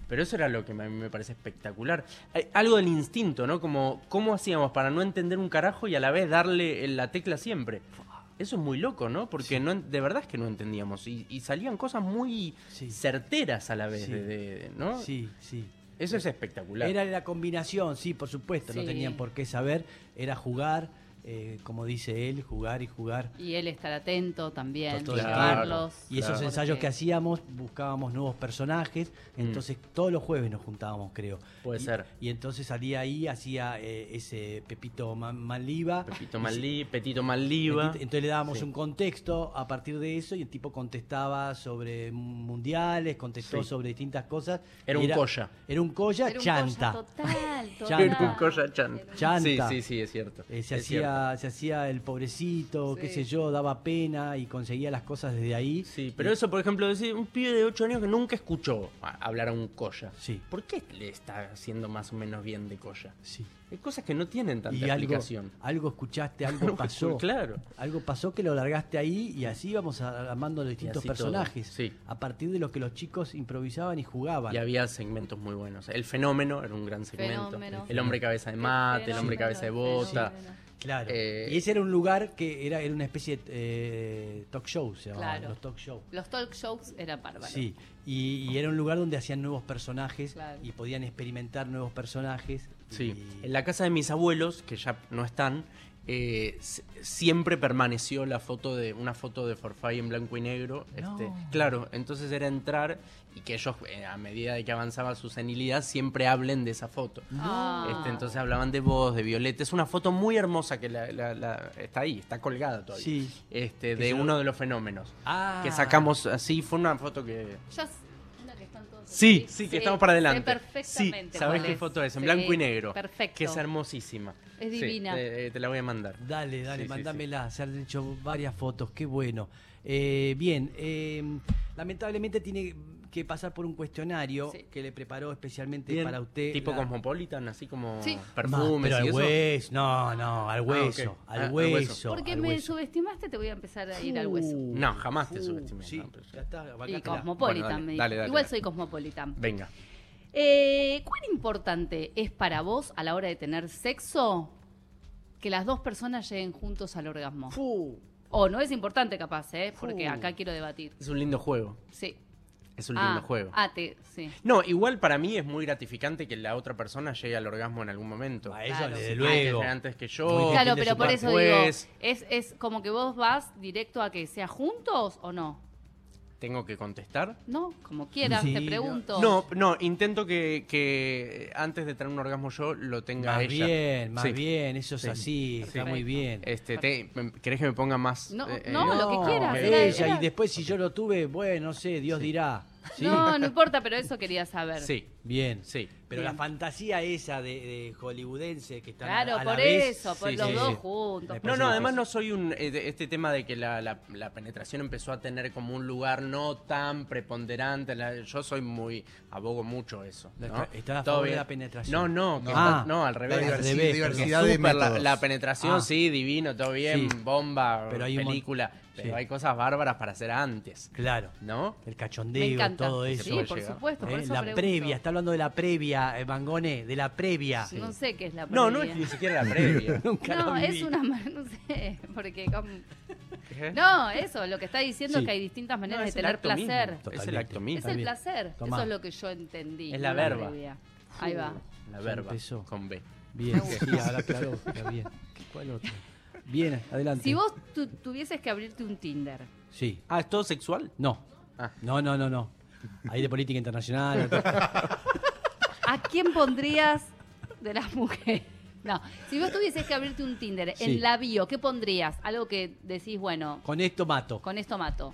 Speaker 2: Pero eso era lo que me- a mí me parece espectacular. Hay algo del instinto, ¿no? Como, ¿cómo hacíamos para no entender un carajo y a la vez darle en la tecla siempre? Eso es muy loco, ¿no? Porque no, en- de verdad es que no entendíamos. Y, y salían cosas muy
Speaker 1: Sí.
Speaker 2: certeras a la vez,
Speaker 1: Sí.
Speaker 2: de, de- ¿no?
Speaker 1: Sí, sí.
Speaker 2: Eso es espectacular.
Speaker 1: Era la combinación, sí, por supuesto, no
Speaker 3: Sí.
Speaker 1: tenían por qué saber, era jugar, eh, como dice él, jugar y jugar.
Speaker 3: Y él estar atento también,
Speaker 1: Todo el
Speaker 3: llevarlos.
Speaker 1: Y esos
Speaker 2: Claro.
Speaker 1: ensayos
Speaker 3: porque-
Speaker 1: que hacíamos, buscábamos nuevos personajes, entonces todos los jueves nos juntábamos, creo.
Speaker 2: Mm. Puede
Speaker 1: Y-
Speaker 2: ser.
Speaker 1: Y entonces salía ahí, hacía eh, ese Pepito Ma- Maliva.
Speaker 2: Pepito Malí, Petito Maldiva.
Speaker 1: Pepito- Entonces le dábamos
Speaker 2: Sí.
Speaker 1: un contexto a partir de eso y el tipo contestaba sobre mundiales, contestó
Speaker 2: Sí.
Speaker 1: sobre distintas cosas.
Speaker 2: Era
Speaker 1: Y
Speaker 2: un colla.
Speaker 1: Era un colla
Speaker 3: Era un
Speaker 1: chanta.
Speaker 3: collar Total, total.
Speaker 1: Chanta.
Speaker 2: Un collar chan-
Speaker 1: Chanta.
Speaker 2: Sí, sí, sí, es cierto.
Speaker 1: Eh, se,
Speaker 2: Es cierto.
Speaker 1: hacía, se hacía el pobrecito, qué
Speaker 3: Sí.
Speaker 1: sé yo, daba pena y conseguía las cosas desde ahí.
Speaker 2: Sí, pero eso, por ejemplo, decir un pibe de 8 años que nunca escuchó a- hablar a un colla.
Speaker 1: Sí.
Speaker 2: ¿Por qué le está haciendo más o menos bien de colla?
Speaker 1: Sí.
Speaker 2: Hay cosas que no tienen tanta
Speaker 1: Y algo,
Speaker 2: explicación.
Speaker 1: algo escuchaste, algo pasó.
Speaker 2: Claro.
Speaker 1: Algo pasó que lo largaste ahí y así íbamos a- armando los distintos
Speaker 2: así
Speaker 1: personajes.
Speaker 2: todo, sí.
Speaker 1: A partir de lo que los chicos improvisaban y jugaban.
Speaker 2: Y había segmentos muy buenos. El fenómeno era un gran segmento.
Speaker 3: Fenómeno.
Speaker 2: El hombre cabeza de mate, el hombre cabeza de bota.
Speaker 1: Claro.
Speaker 2: Eh,
Speaker 1: y ese era un lugar que era, era una especie de eh, talk show, se llamaban,
Speaker 3: Claro.
Speaker 1: los talk show.
Speaker 3: Los talk shows eran bárbaros.
Speaker 1: Sí, y, y era un lugar donde hacían nuevos personajes
Speaker 3: Claro.
Speaker 1: y podían experimentar nuevos personajes.
Speaker 2: Sí.
Speaker 1: Y-
Speaker 2: En la casa de mis abuelos, que ya no están, eh, s- siempre permaneció la foto de una foto de Forfay en blanco y negro. Este, claro, entonces era entrar y que ellos, eh, a medida de que avanzaba su senilidad, siempre hablen de esa foto.
Speaker 3: Ah.
Speaker 2: Este, entonces hablaban de vos, de Violeta. Es una foto muy hermosa que la- la- la- está ahí, está colgada todavía.
Speaker 1: Sí.
Speaker 2: Este,
Speaker 1: Que
Speaker 2: de
Speaker 1: se lo-
Speaker 2: uno de los fenómenos.
Speaker 1: Ah.
Speaker 2: Que sacamos así, fue una foto que...
Speaker 3: Ya s- una que están todos
Speaker 2: Sí,
Speaker 3: así.
Speaker 2: sí, que estamos para adelante.
Speaker 3: sé perfectamente.
Speaker 2: Sí, sabes
Speaker 3: cuál
Speaker 2: qué
Speaker 3: es.
Speaker 2: foto es, en
Speaker 3: Sí,
Speaker 2: blanco y negro.
Speaker 3: Perfecto.
Speaker 2: Que es hermosísima.
Speaker 3: Es
Speaker 2: Sí,
Speaker 3: divina.
Speaker 2: te, te la voy a mandar.
Speaker 1: Dale, dale,
Speaker 2: Sí, sí,
Speaker 1: mandámela. Se han hecho varias fotos, qué bueno. Eh, bien, eh, lamentablemente tiene que pasar por un cuestionario
Speaker 3: Sí.
Speaker 1: que le preparó especialmente
Speaker 2: Bien.
Speaker 1: para usted.
Speaker 2: Tipo
Speaker 1: la-
Speaker 2: Cosmopolitan, así como
Speaker 3: Sí.
Speaker 1: Ma,
Speaker 2: perfumes
Speaker 1: pero
Speaker 2: y
Speaker 1: al
Speaker 2: eso.
Speaker 1: hueso. No, no, al hueso.
Speaker 2: ok.
Speaker 1: al,
Speaker 2: Ah, al
Speaker 1: hueso
Speaker 2: hueso.
Speaker 3: Porque
Speaker 1: al
Speaker 3: me
Speaker 1: hueso.
Speaker 3: subestimaste, te voy a empezar a ir al hueso.
Speaker 1: Uh,
Speaker 2: No, jamás te
Speaker 1: uh,
Speaker 2: subestimé,
Speaker 1: Sí,
Speaker 2: no, pero-
Speaker 1: ya está,
Speaker 3: Y
Speaker 1: bancátela.
Speaker 3: cosmopolitan,
Speaker 2: Bueno, dale,
Speaker 3: me
Speaker 2: dale,
Speaker 3: dijo.
Speaker 2: dale,
Speaker 3: Igual
Speaker 2: dale.
Speaker 3: soy cosmopolitan.
Speaker 2: Venga.
Speaker 3: Eh, ¿Cuán importante es para vos a la hora de tener sexo que las dos personas lleguen juntos al orgasmo?
Speaker 1: Fu.
Speaker 3: O no es importante capaz, ¿eh? Porque
Speaker 1: Fu.
Speaker 3: acá quiero debatir.
Speaker 2: Es un lindo juego.
Speaker 3: Sí.
Speaker 2: Es un
Speaker 3: ah,
Speaker 2: lindo juego.
Speaker 3: Ah, te, sí.
Speaker 2: No, igual para mí es muy gratificante que la otra persona llegue al orgasmo en algún momento.
Speaker 1: A eso,
Speaker 3: Claro.
Speaker 1: desde
Speaker 3: Sí,
Speaker 1: luego.
Speaker 2: Antes, antes que yo.
Speaker 1: Muy depende de
Speaker 3: Claro, pero
Speaker 1: su
Speaker 3: por
Speaker 1: parte.
Speaker 3: eso
Speaker 2: Pues-
Speaker 3: digo, ¿es, ¿es como que vos vas directo a que sea juntos o no?
Speaker 2: ¿Tengo que contestar?
Speaker 3: No, como quieras,
Speaker 1: Sí,
Speaker 3: te
Speaker 1: no.
Speaker 3: pregunto.
Speaker 2: No, no, intento que, que antes de tener un orgasmo yo lo tenga
Speaker 1: Más
Speaker 2: ella.
Speaker 1: bien, más
Speaker 2: Sí.
Speaker 1: bien, eso es
Speaker 2: Sí.
Speaker 1: así, está
Speaker 3: Perfecto.
Speaker 1: muy bien.
Speaker 2: Este, te- ¿Querés que me ponga más?
Speaker 3: No,
Speaker 2: eh,
Speaker 3: no,
Speaker 2: eh,
Speaker 3: lo que quieras,
Speaker 2: ok.
Speaker 3: era-
Speaker 1: Ella,
Speaker 3: era-
Speaker 1: y después si yo lo tuve, bueno, no sé, Dios dirá. ¿sí?
Speaker 3: No, no importa, pero eso quería saber.
Speaker 2: Sí,
Speaker 1: Bien.
Speaker 2: sí.
Speaker 1: Pero la fantasía esa de, de hollywoodense que está
Speaker 3: Claro,
Speaker 1: a la
Speaker 3: por
Speaker 1: vez-
Speaker 3: eso, por
Speaker 2: sí,
Speaker 3: los
Speaker 2: sí,
Speaker 3: dos
Speaker 1: sí.
Speaker 3: juntos.
Speaker 1: Me
Speaker 2: No,
Speaker 1: parece
Speaker 2: no,
Speaker 1: que
Speaker 2: además
Speaker 1: es-
Speaker 2: no soy un... eh, de- Este tema de que la, la- la penetración empezó a tener como un lugar no tan preponderante. la- yo soy muy... abogo mucho eso. ¿no?
Speaker 1: Está- está a
Speaker 2: Todo
Speaker 1: favor de
Speaker 2: bien.
Speaker 1: la penetración.
Speaker 2: No, no, que
Speaker 1: Ah.
Speaker 2: está- no, al
Speaker 4: La
Speaker 2: revés.
Speaker 1: Al
Speaker 4: diversi-
Speaker 1: revés,
Speaker 4: diversidad de
Speaker 2: Súper, la,
Speaker 4: métodos.
Speaker 2: la penetración,
Speaker 1: Ah.
Speaker 2: sí, divino, todo bien,
Speaker 1: Sí.
Speaker 2: bomba,
Speaker 1: Pero hay un mon-
Speaker 2: película. Pero
Speaker 1: sí.
Speaker 2: hay cosas bárbaras para hacer antes,
Speaker 1: Claro.
Speaker 2: ¿no?
Speaker 1: El
Speaker 3: Me
Speaker 1: cachondeo,
Speaker 3: encanta.
Speaker 1: todo eso.
Speaker 3: sí, por
Speaker 2: llegar.
Speaker 3: supuesto, por
Speaker 1: Eh,
Speaker 3: eso
Speaker 1: La
Speaker 3: pregunto.
Speaker 1: previa, está hablando de la previa, eh, Mangone, de la previa.
Speaker 3: No sé qué es la previa.
Speaker 2: No, no es ni siquiera la previa.
Speaker 1: Nunca
Speaker 3: No,
Speaker 1: la
Speaker 3: es
Speaker 1: vi.
Speaker 3: una... ma- No sé, porque... como-
Speaker 2: ¿Eh?
Speaker 3: No, eso, lo que está diciendo
Speaker 1: Sí.
Speaker 3: es que hay distintas
Speaker 2: No,
Speaker 3: maneras
Speaker 2: es
Speaker 3: de
Speaker 2: el
Speaker 3: tener
Speaker 2: acto mismo.
Speaker 3: placer.
Speaker 2: Es
Speaker 1: Totalmente.
Speaker 2: el acto
Speaker 3: Es
Speaker 2: mismo.
Speaker 1: Está
Speaker 3: el
Speaker 1: bien.
Speaker 3: placer,
Speaker 1: Tomá.
Speaker 3: eso es lo que yo entendí.
Speaker 2: Es la
Speaker 3: no
Speaker 2: verba.
Speaker 3: previa. Ahí va.
Speaker 2: La
Speaker 1: Ya
Speaker 2: verba.
Speaker 1: empezó.
Speaker 2: Con B.
Speaker 1: Bien, sí, ahora claro, está bien. ¿Cuál otro? Bien, adelante.
Speaker 3: Si vos tu- tuvieses que abrirte un Tinder,
Speaker 1: Sí.
Speaker 2: Ah, ¿es todo sexual?
Speaker 1: No.
Speaker 2: Ah.
Speaker 1: No, no, no, no. Ahí de política internacional. otro-
Speaker 3: ¿a quién pondrías de las mujeres? No, si vos tuvieses que abrirte un Tinder
Speaker 1: Sí.
Speaker 3: en la bio, ¿qué pondrías? Algo que decís, bueno,
Speaker 1: Con esto mato.
Speaker 3: con esto mato.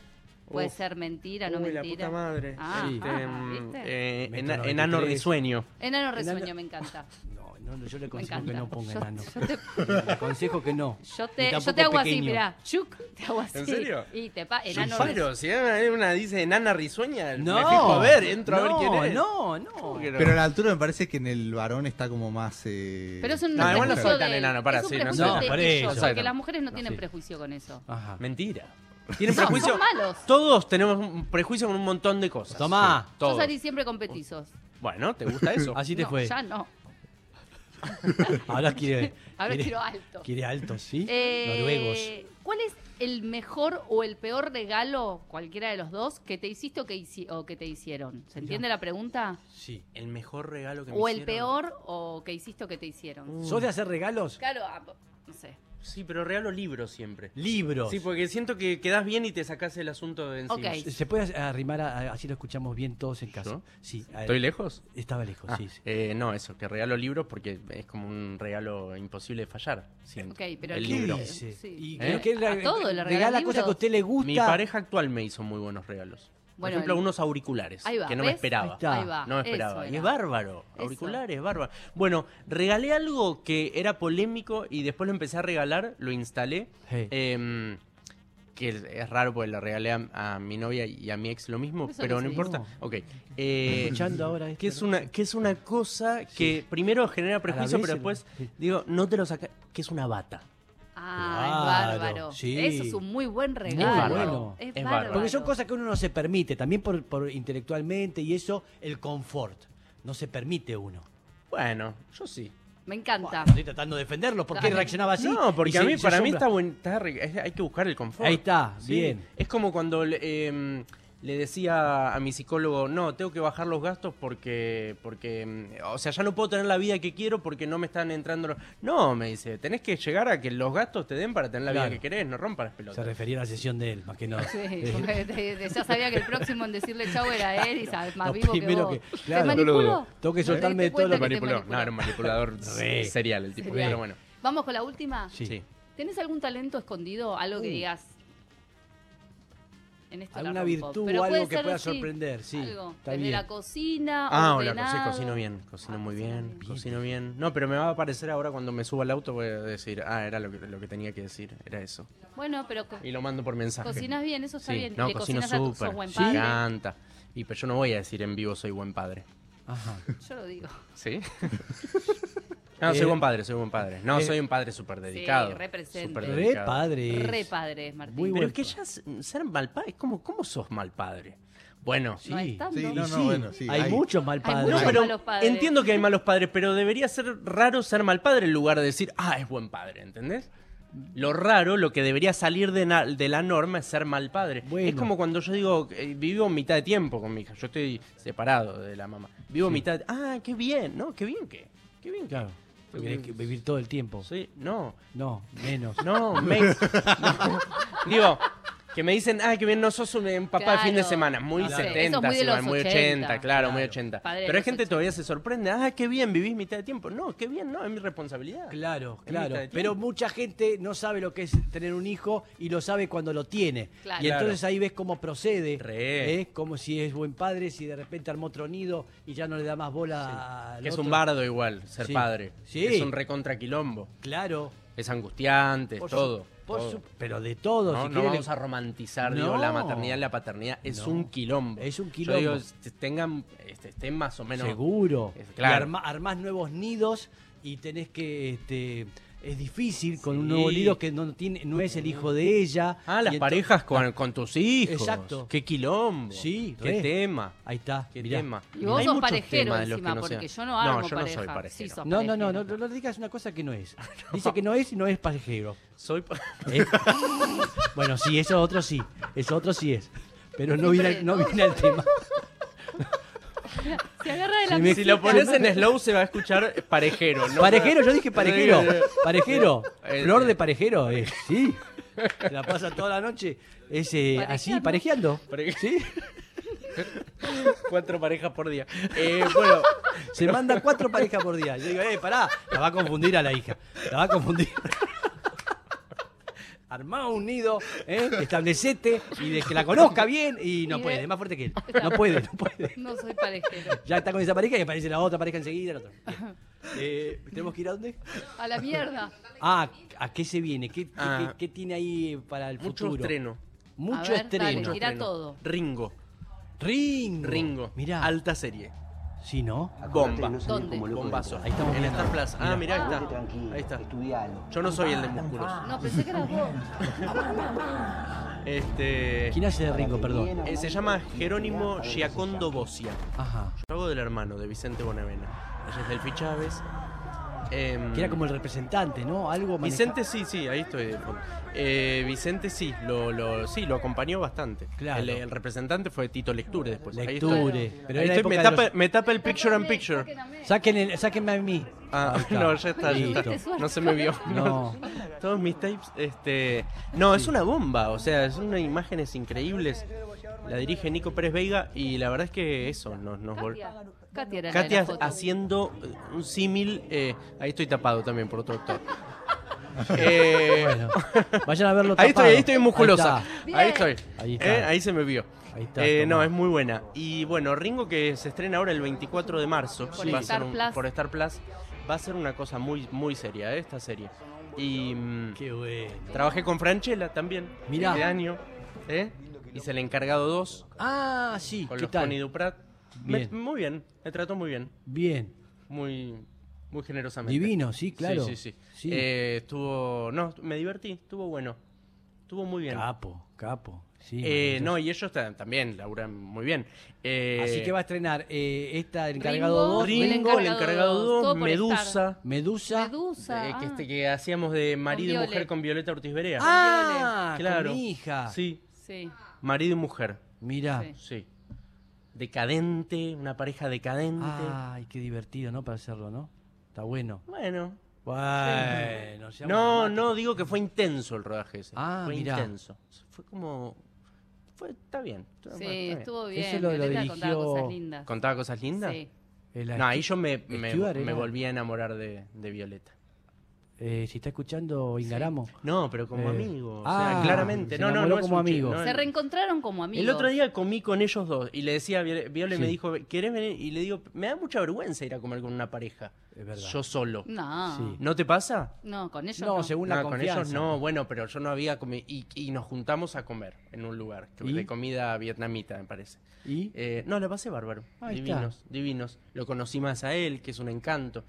Speaker 3: Puede
Speaker 2: Uf.
Speaker 3: ser mentira, no
Speaker 2: Uy, la
Speaker 3: mentira.
Speaker 2: puta madre.
Speaker 3: Ah,
Speaker 1: Sí.
Speaker 2: Este,
Speaker 3: ah,
Speaker 2: mm,
Speaker 3: ¿viste?
Speaker 2: eh,
Speaker 1: Metro
Speaker 2: ena-
Speaker 1: 93.
Speaker 2: enano risueño.
Speaker 3: Enano resueño,
Speaker 1: Enano-
Speaker 3: me encanta.
Speaker 1: No, no, no, yo le
Speaker 3: Me
Speaker 1: aconsejo
Speaker 3: encanta.
Speaker 1: que no ponga
Speaker 3: yo,
Speaker 1: enano.
Speaker 3: yo te,
Speaker 1: Le aconsejo que no.
Speaker 3: yo
Speaker 1: Ni
Speaker 3: te, yo
Speaker 1: tampoco
Speaker 3: te hago así,
Speaker 1: pequeño.
Speaker 3: mirá. Chuc, te hago así.
Speaker 2: ¿En serio?
Speaker 3: Y te pa, enano resueño.
Speaker 2: Pero si hay una dice enana risueña,
Speaker 1: No.
Speaker 2: me fijo a ver, entro a
Speaker 1: No,
Speaker 2: ver quién es.
Speaker 1: No, no.
Speaker 2: que no?
Speaker 4: Pero a la altura me parece que en el varón está como más. eh,
Speaker 3: Pero eso no,
Speaker 2: No,
Speaker 3: es un
Speaker 2: igual no
Speaker 3: prejuicio
Speaker 2: soy tan
Speaker 3: de-
Speaker 2: enano, para,
Speaker 3: es un
Speaker 2: sí, no
Speaker 3: prejuicio
Speaker 1: soy
Speaker 3: de
Speaker 1: tan-
Speaker 3: ellos,
Speaker 1: No
Speaker 2: soy
Speaker 3: porque
Speaker 2: tan-
Speaker 3: las mujeres no
Speaker 1: no,
Speaker 3: tienen
Speaker 1: sí.
Speaker 3: prejuicio con eso.
Speaker 1: Ajá.
Speaker 2: Mentira. Tienen
Speaker 3: No,
Speaker 2: prejuicio.
Speaker 3: son malos.
Speaker 2: Todos tenemos un prejuicio con un montón de cosas.
Speaker 1: Tomá.
Speaker 2: Sí,
Speaker 3: Yo
Speaker 2: todos.
Speaker 3: salí siempre con petizos.
Speaker 2: Bueno, ¿te gusta eso?
Speaker 1: Así te
Speaker 3: No,
Speaker 1: fue.
Speaker 3: Ya no.
Speaker 1: Ahora quiere.
Speaker 3: Ahora
Speaker 1: quiere-
Speaker 3: quiero alto.
Speaker 1: Quiere alto, sí.
Speaker 3: Eh,
Speaker 1: Noruegos.
Speaker 3: ¿Cuál es el mejor o el peor regalo, cualquiera de los dos, que te hiciste o que, hici- o que te hicieron? ¿Se entiende la pregunta?
Speaker 1: Sí.
Speaker 2: El mejor regalo que me
Speaker 3: ¿O el
Speaker 2: hicieron.
Speaker 3: peor o que hiciste o que te hicieron?
Speaker 2: Uh,
Speaker 1: ¿Sos de hacer regalos?
Speaker 3: Claro, ah, no sé.
Speaker 2: Sí, pero regalo libros siempre.
Speaker 1: Libros.
Speaker 2: Sí, porque siento que quedás bien y te sacás el asunto de encima.
Speaker 3: Ok.
Speaker 1: Se puede arrimar, a- a- así lo escuchamos bien todos en casa.
Speaker 2: ¿Yo?
Speaker 1: Sí. a-
Speaker 2: ¿Estoy lejos?
Speaker 1: Estaba lejos,
Speaker 2: Ah,
Speaker 1: sí. sí.
Speaker 2: eh, no, eso, que regalo libros porque es como un regalo imposible de fallar. siento.
Speaker 3: Ok, pero
Speaker 2: el
Speaker 3: ¿qué
Speaker 2: libro.
Speaker 1: dice?
Speaker 3: Sí.
Speaker 1: ¿Y
Speaker 2: ¿Eh?
Speaker 1: qué re-
Speaker 3: A todo le
Speaker 1: regala
Speaker 3: regalan
Speaker 1: cosas que a
Speaker 3: libros.
Speaker 1: usted le gusta?
Speaker 2: Mi pareja actual me hizo muy buenos regalos. Por
Speaker 3: Bueno,
Speaker 2: ejemplo,
Speaker 3: el-
Speaker 2: unos auriculares
Speaker 3: Ahí va,
Speaker 2: que no me
Speaker 1: Ahí
Speaker 3: ¿ves?
Speaker 2: esperaba.
Speaker 1: está.
Speaker 3: Ahí va.
Speaker 2: No me
Speaker 3: eso
Speaker 2: esperaba. Y
Speaker 3: era.
Speaker 2: es bárbaro.
Speaker 3: Eso.
Speaker 2: Auriculares, bárbaro. Bueno, regalé algo que era polémico y después lo empecé a regalar, lo instalé.
Speaker 1: Hey.
Speaker 2: Em, que es- es raro porque le regalé a, a mi novia y a mi ex lo mismo,
Speaker 3: Eso
Speaker 2: pero
Speaker 3: no
Speaker 2: no
Speaker 3: se
Speaker 2: importa.
Speaker 1: dice.
Speaker 2: Ok. Eh,
Speaker 1: Escuchando ahora esto,
Speaker 2: que es
Speaker 1: ¿no?
Speaker 2: una que es una cosa que primero genera prejuicio,
Speaker 1: vez
Speaker 2: pero
Speaker 1: el-
Speaker 2: después
Speaker 1: sí.
Speaker 2: digo, no te lo sacas, que es una bata.
Speaker 3: Ah,
Speaker 1: Claro,
Speaker 3: es bárbaro.
Speaker 1: sí.
Speaker 3: Eso es un muy buen regalo.
Speaker 1: bueno.
Speaker 3: Es,
Speaker 2: Es
Speaker 3: bárbaro.
Speaker 2: bárbaro.
Speaker 1: Porque son cosas que uno no se permite, también por, por intelectualmente y eso, el confort. No se permite uno.
Speaker 2: Bueno, yo sí.
Speaker 3: Me encanta.
Speaker 1: Bueno, estoy tratando de defenderlo. ¿Por qué
Speaker 3: Claro.
Speaker 1: reaccionaba así?
Speaker 2: No, porque
Speaker 1: Y se-
Speaker 2: a mí,
Speaker 1: se
Speaker 2: para mí
Speaker 1: asombra.
Speaker 2: está buen, está re- es- hay que buscar el confort.
Speaker 1: Ahí está,
Speaker 2: Sí.
Speaker 1: bien.
Speaker 2: Es como cuando le, em, le decía a mi psicólogo, no, tengo que bajar los gastos porque, porque, em, o sea, ya no puedo tener la vida que quiero porque no me están entrando los... No, me dice, tenés que llegar a que los gastos te den para tener la
Speaker 1: Claro.
Speaker 2: vida que querés, no rompa las pelotas.
Speaker 1: Se refería a la sesión de él, más que no. Eh,
Speaker 3: Sí, porque te- te- ya sabía que el próximo en decirle chau era él y sabes, más
Speaker 1: Lo
Speaker 3: vivo que
Speaker 1: primero
Speaker 3: vos.
Speaker 1: que-
Speaker 3: ¿Te
Speaker 1: claro.
Speaker 3: manipuló?
Speaker 1: No lo dudo. Tengo que
Speaker 3: ¿Te
Speaker 1: soltarme
Speaker 3: diste
Speaker 1: de todo lo
Speaker 3: cuenta
Speaker 1: que te
Speaker 3: te
Speaker 2: Manipuló. No, era un manipulador
Speaker 1: Re.
Speaker 2: serial el tipo,
Speaker 3: Serial.
Speaker 2: pero bueno.
Speaker 3: Vamos con la última.
Speaker 1: Sí.
Speaker 2: Sí.
Speaker 3: ¿Tenés algún talento escondido? Algo
Speaker 2: Uh.
Speaker 3: que digas. En esto la
Speaker 1: Alguna
Speaker 3: rompo.
Speaker 1: virtud
Speaker 3: Pero
Speaker 1: o
Speaker 3: puede
Speaker 1: algo que
Speaker 3: ser
Speaker 1: pueda
Speaker 3: así,
Speaker 1: sorprender, sí.
Speaker 3: algo.
Speaker 1: Está
Speaker 3: Desde
Speaker 1: bien.
Speaker 3: la cocina.
Speaker 2: Ah, hola,
Speaker 3: ordenado.
Speaker 2: cocino, cocino bien, cocino
Speaker 3: Ah,
Speaker 2: muy
Speaker 3: cocina
Speaker 2: bien,
Speaker 3: bien.
Speaker 2: cocino bien. No, pero me va a aparecer ahora cuando me suba al auto, voy a decir, ah, era lo que, lo que tenía que decir, era eso.
Speaker 3: Bueno, pero co-
Speaker 2: Y lo mando por mensaje.
Speaker 3: cocinas bien, eso está
Speaker 2: Sí,
Speaker 3: bien.
Speaker 2: No,
Speaker 3: Le
Speaker 2: cocino
Speaker 3: cocinas a tu sos
Speaker 2: súper.
Speaker 3: buen
Speaker 2: Sí.
Speaker 3: padre.
Speaker 2: Me encanta. Y pero yo no voy a decir en vivo soy buen padre.
Speaker 1: Ajá.
Speaker 3: Yo lo digo.
Speaker 2: ¿Sí? no,
Speaker 1: Eh,
Speaker 2: soy buen padre, soy buen padre. No,
Speaker 1: eh,
Speaker 2: soy un padre súper dedicado.
Speaker 3: Sí, represente.
Speaker 2: súper
Speaker 1: Re
Speaker 2: dedicado.
Speaker 1: padre. es.
Speaker 3: Re padre, Martín.
Speaker 1: Muy bueno.
Speaker 2: Pero que ya s- ser mal padre, es como, ¿cómo sos mal padre? Bueno,
Speaker 1: Sí,
Speaker 3: No es tanto.
Speaker 4: Sí,
Speaker 1: Y
Speaker 4: no, no,
Speaker 1: sí,
Speaker 4: bueno, sí.
Speaker 1: hay,
Speaker 4: hay-
Speaker 1: muchos mal padres.
Speaker 3: muchos
Speaker 2: No, pero
Speaker 3: malos padres.
Speaker 2: entiendo que hay malos padres, pero debería ser raro ser mal padre en lugar de decir, ah, es buen padre, ¿entendés? Lo raro, lo que debería salir de, na- de la norma es ser mal padre.
Speaker 1: Bueno.
Speaker 2: Es como cuando yo digo, eh, vivo mitad de tiempo con mi hija. Yo estoy separado de la mamá. Vivo mitad. Ah, qué bien, ¿no? Qué bien que. Qué bien que.
Speaker 1: Claro. Tú querés que vivir todo el tiempo.
Speaker 2: Sí, no.
Speaker 1: No, menos.
Speaker 2: No, me- no. Digo, que me dicen, ah, que bien, no sos un, un papá de fin de
Speaker 3: Claro.
Speaker 2: semana. Muy
Speaker 3: No sé,
Speaker 2: 70,
Speaker 3: eso es muy de
Speaker 2: Silvana,
Speaker 3: los
Speaker 2: muy 80,
Speaker 3: 80,
Speaker 2: claro, muy 80.
Speaker 3: Padre de
Speaker 2: Pero hay
Speaker 3: los
Speaker 2: gente
Speaker 3: 80.
Speaker 2: todavía se sorprende, ah, qué bien, vivís mitad de tiempo. No, qué bien, no, es mi responsabilidad.
Speaker 1: Claro,
Speaker 2: Es mitad
Speaker 1: claro.
Speaker 2: de
Speaker 1: Pero
Speaker 2: tiempo.
Speaker 1: mucha gente no sabe lo que es tener un hijo y lo sabe cuando lo tiene.
Speaker 3: Claro.
Speaker 1: Y entonces ahí ves cómo procede,
Speaker 2: Re.
Speaker 1: ¿eh? como si es buen padre, si de repente armó otro nido y ya no le da más bola al
Speaker 2: Que es
Speaker 1: otro.
Speaker 2: un bardo igual, ser
Speaker 1: Sí.
Speaker 2: padre.
Speaker 1: Sí.
Speaker 2: Es un recontraquilombo.
Speaker 1: Claro.
Speaker 2: Es angustiante, es
Speaker 1: Por su-
Speaker 2: todo.
Speaker 1: por
Speaker 2: todo.
Speaker 1: su- pero de todo. si
Speaker 2: No, no
Speaker 1: quiere le-
Speaker 2: vamos a romantizar digo, la
Speaker 1: No.
Speaker 2: maternidad y la paternidad. Es
Speaker 1: No.
Speaker 2: un quilombo.
Speaker 1: Es un
Speaker 2: Yo
Speaker 1: quilombo.
Speaker 2: digo, este, tengan, este, estén más o menos
Speaker 1: Seguro.
Speaker 2: Es- claro.
Speaker 1: Y arma- armás nuevos nidos y tenés que... este, es difícil con un
Speaker 2: Sí.
Speaker 1: nuevo nido que no, tiene, no es el hijo de ella.
Speaker 2: Ah,
Speaker 1: Y
Speaker 2: las
Speaker 1: ento-
Speaker 2: parejas con, con tus hijos.
Speaker 1: Exacto.
Speaker 2: Qué quilombo.
Speaker 1: Sí,
Speaker 2: Qué
Speaker 1: re.
Speaker 2: tema.
Speaker 1: Ahí está.
Speaker 2: Qué
Speaker 1: mirá.
Speaker 2: tema.
Speaker 3: Y vos
Speaker 2: Hay
Speaker 3: sos
Speaker 2: muchos
Speaker 3: parejero
Speaker 2: temas de los
Speaker 3: encima,
Speaker 2: que no
Speaker 3: porque
Speaker 2: sean.
Speaker 3: yo no armo
Speaker 2: yo
Speaker 3: pareja.
Speaker 2: no soy
Speaker 3: Sí,
Speaker 2: parejero.
Speaker 3: sos-
Speaker 1: No, no, no, no,
Speaker 3: Parejero.
Speaker 1: no, no digas una cosa que no es.
Speaker 2: Ah,
Speaker 1: Dice que no es y no es parejero.
Speaker 2: Soy pa-
Speaker 1: ¿eh? bueno, sí, eso otro sí. Eso otro sí es. Pero no viene,
Speaker 3: Siempre-
Speaker 1: al- no viene al tema.
Speaker 3: Se agarra de
Speaker 1: Si
Speaker 3: la
Speaker 1: me-
Speaker 2: si lo pones en slow se va a escuchar parejero. ¿no?
Speaker 1: Parejero, yo dije parejero.
Speaker 2: Eh, eh,
Speaker 1: Parejero.
Speaker 2: eh,
Speaker 1: Flor
Speaker 2: eh.
Speaker 1: de parejero. eh, sí. Se la pasa toda la noche. Es, eh, así, parejeando.
Speaker 2: Pare-
Speaker 1: ¿Sí?
Speaker 2: Cuatro parejas por día. Eh, bueno,
Speaker 1: Se manda cuatro parejas por día. Yo digo, eh, pará, la va a confundir a la hija. La va a confundir. Armá un nido, ¿eh? establecete y de que la conozca bien y no
Speaker 3: Y de-
Speaker 1: puede, más fuerte que él. No puede, no puede.
Speaker 3: No soy parejero.
Speaker 1: Ya está con esa pareja y aparece la otra pareja enseguida. la otra. Bien. Eh, ¿Tenemos que ir a dónde?
Speaker 3: A la mierda.
Speaker 1: Ah, ¿a qué se viene? ¿Qué, qué-
Speaker 2: Ah.
Speaker 1: qué- qué tiene ahí para el
Speaker 2: mucho
Speaker 1: futuro?
Speaker 2: estreno.
Speaker 1: Mucho
Speaker 3: A ver, dale,
Speaker 1: estreno.
Speaker 3: tira
Speaker 2: Estreno.
Speaker 3: todo.
Speaker 2: Ringo.
Speaker 1: Ringo.
Speaker 2: Ringo.
Speaker 1: Mirá.
Speaker 2: Alta serie.
Speaker 1: Sí, ¿no?
Speaker 2: Bomba.
Speaker 3: ¿Dónde?
Speaker 2: Bombazo.
Speaker 1: Ahí estamos
Speaker 2: en
Speaker 1: viendo.
Speaker 2: Star Plus. Ah, mirá, ahí
Speaker 6: Quédate
Speaker 2: está.
Speaker 6: tranquilo,
Speaker 2: Ahí está.
Speaker 6: estudialo.
Speaker 2: Yo no soy el de músculos.
Speaker 3: No, pensé que eras vos.
Speaker 2: Este.
Speaker 1: ¿Quién hace de Ringo, perdón?
Speaker 2: eh, se llama Jerónimo Giacondo Bosia.
Speaker 1: Ajá.
Speaker 2: Yo hago del hermano de Vicente Bonavena. Ella es Delphi Chávez. Em,
Speaker 1: Que era como el representante, ¿no? Algo maneja-
Speaker 2: Vicente sí, sí, ahí estoy de fondo. Eh, Vicente sí, lo, lo- sí, lo acompañó bastante.
Speaker 1: Claro.
Speaker 2: El, el representante fue Tito Lecture después. Ahí estoy.
Speaker 1: Lecture. Pero
Speaker 2: Ahí
Speaker 1: era
Speaker 2: estoy,
Speaker 1: época
Speaker 2: me,
Speaker 1: de
Speaker 2: tapa,
Speaker 1: los-
Speaker 2: me tapa el picture and picture.
Speaker 1: Saquen el- sáquenme a mí.
Speaker 2: Ah,
Speaker 1: Ahí está.
Speaker 2: no, ya está, ya
Speaker 1: Listo.
Speaker 2: está. No se me vio.
Speaker 1: No.
Speaker 2: Todos mis tapes, este. No, es una bomba, o sea, son unas imágenes increíbles. La dirige Nico Pérez Veiga y la verdad es que eso, nos, nos vol-
Speaker 3: Katia. Katia era la de la
Speaker 2: Katia
Speaker 3: foto.
Speaker 2: haciendo eh, un símil. eh, ahí estoy tapado también por otro actor. Eh,
Speaker 1: Bueno, vayan a verlo.
Speaker 2: ahí estoy,
Speaker 1: tapado.
Speaker 2: ahí estoy musculosa.
Speaker 1: Ahí
Speaker 2: Ahí,
Speaker 3: Bien.
Speaker 2: estoy.
Speaker 1: Ahí
Speaker 2: Ahí,
Speaker 1: está.
Speaker 2: ahí se me vio.
Speaker 1: Ahí está,
Speaker 2: Eh, no,
Speaker 1: toma.
Speaker 2: es muy buena. Y bueno, Ringo que se estrena ahora el 24 de marzo
Speaker 3: Por Star Plus.
Speaker 2: por Star Plus, va a ser una cosa muy, muy seria, eh, esta serie. Y mm,
Speaker 1: está. Qué bueno.
Speaker 2: trabajé con Franchella también
Speaker 1: Mirá.
Speaker 2: este año. ¿eh? Hice el encargado 2
Speaker 1: Ah, sí,
Speaker 2: con
Speaker 1: ¿qué
Speaker 2: los Connie
Speaker 1: tal?
Speaker 2: Duprat. Me-
Speaker 1: Bien.
Speaker 2: muy bien, me trató muy bien
Speaker 1: Bien,
Speaker 2: muy, muy generosamente.
Speaker 1: divino, sí, claro.
Speaker 2: Sí, sí, sí.
Speaker 1: Sí.
Speaker 2: Eh, estuvo. No, me divertí, estuvo bueno. Estuvo muy bien.
Speaker 1: Capo, capo. Sí,
Speaker 2: Eh, no,
Speaker 1: maravilloso.
Speaker 2: y ellos ta- también laburan muy bien. Eh,
Speaker 1: Así que va a estrenar eh, esta el encargado
Speaker 3: Ringo,
Speaker 1: 2,
Speaker 2: Ringo, el encargado,
Speaker 3: El Encargado dos, todo por
Speaker 2: Medusa,
Speaker 1: Medusa.
Speaker 3: Medusa.
Speaker 2: eh, que,
Speaker 3: ah.
Speaker 2: este, que hacíamos de marido y
Speaker 3: Violet.
Speaker 2: mujer con Violeta Ortiz Berea.
Speaker 1: Ah,
Speaker 2: Claro.
Speaker 1: con mi hija.
Speaker 2: Sí,
Speaker 3: Sí.
Speaker 2: marido y mujer,
Speaker 1: Mirá.
Speaker 3: Sí.
Speaker 2: sí. Decadente, una pareja decadente.
Speaker 1: Ay, qué divertido, ¿no? Para hacerlo, ¿no? Está bueno.
Speaker 2: Bueno.
Speaker 1: Bueno, seamos
Speaker 2: No,
Speaker 1: dramáticos.
Speaker 2: no, digo que fue intenso el rodaje ese.
Speaker 1: Ah,
Speaker 2: fue
Speaker 1: mirá.
Speaker 2: intenso. Fue como. Fue, está bien. está- está
Speaker 3: Sí,
Speaker 2: bien.
Speaker 3: estuvo bien.
Speaker 1: Eso lo- lo
Speaker 3: Violeta contaba
Speaker 1: dirigió-
Speaker 3: cosas lindas.
Speaker 2: ¿Contaba cosas lindas?
Speaker 3: Sí.
Speaker 1: Eh, la
Speaker 2: No, ahí
Speaker 1: estu-
Speaker 2: yo me, me,
Speaker 1: Stewart
Speaker 2: me
Speaker 1: era.
Speaker 2: volví a enamorar de, de Violeta.
Speaker 1: eh, si está escuchando Ingaramo.
Speaker 2: No, pero como
Speaker 1: Eh,
Speaker 2: amigo. O
Speaker 1: ah,
Speaker 2: sea, claramente.
Speaker 1: se
Speaker 2: No, no,
Speaker 1: enamoró
Speaker 2: no. es
Speaker 1: como
Speaker 2: un
Speaker 1: amigo.
Speaker 2: chiste, no,
Speaker 3: Se
Speaker 2: no.
Speaker 3: reencontraron como amigos.
Speaker 2: El otro día comí con ellos dos y le decía a Viole- Viole, me
Speaker 1: Sí.
Speaker 2: dijo, ¿querés venir? Y le digo, me da mucha vergüenza ir a comer con una pareja.
Speaker 1: Es verdad.
Speaker 2: Yo solo.
Speaker 3: No.
Speaker 1: Sí.
Speaker 2: ¿No te pasa?
Speaker 3: No, con ellos.
Speaker 1: No, según la
Speaker 2: No, con
Speaker 1: confianza.
Speaker 2: ellos no, bueno, pero yo no había comido. Y, y nos juntamos a comer en un lugar que-
Speaker 1: ¿Y?
Speaker 2: de comida vietnamita, me parece.
Speaker 1: ¿Y?
Speaker 2: Eh, no, la pasé bárbaro.
Speaker 1: Ahí está.
Speaker 2: divinos, divinos. Lo conocí más a él, que es un encanto.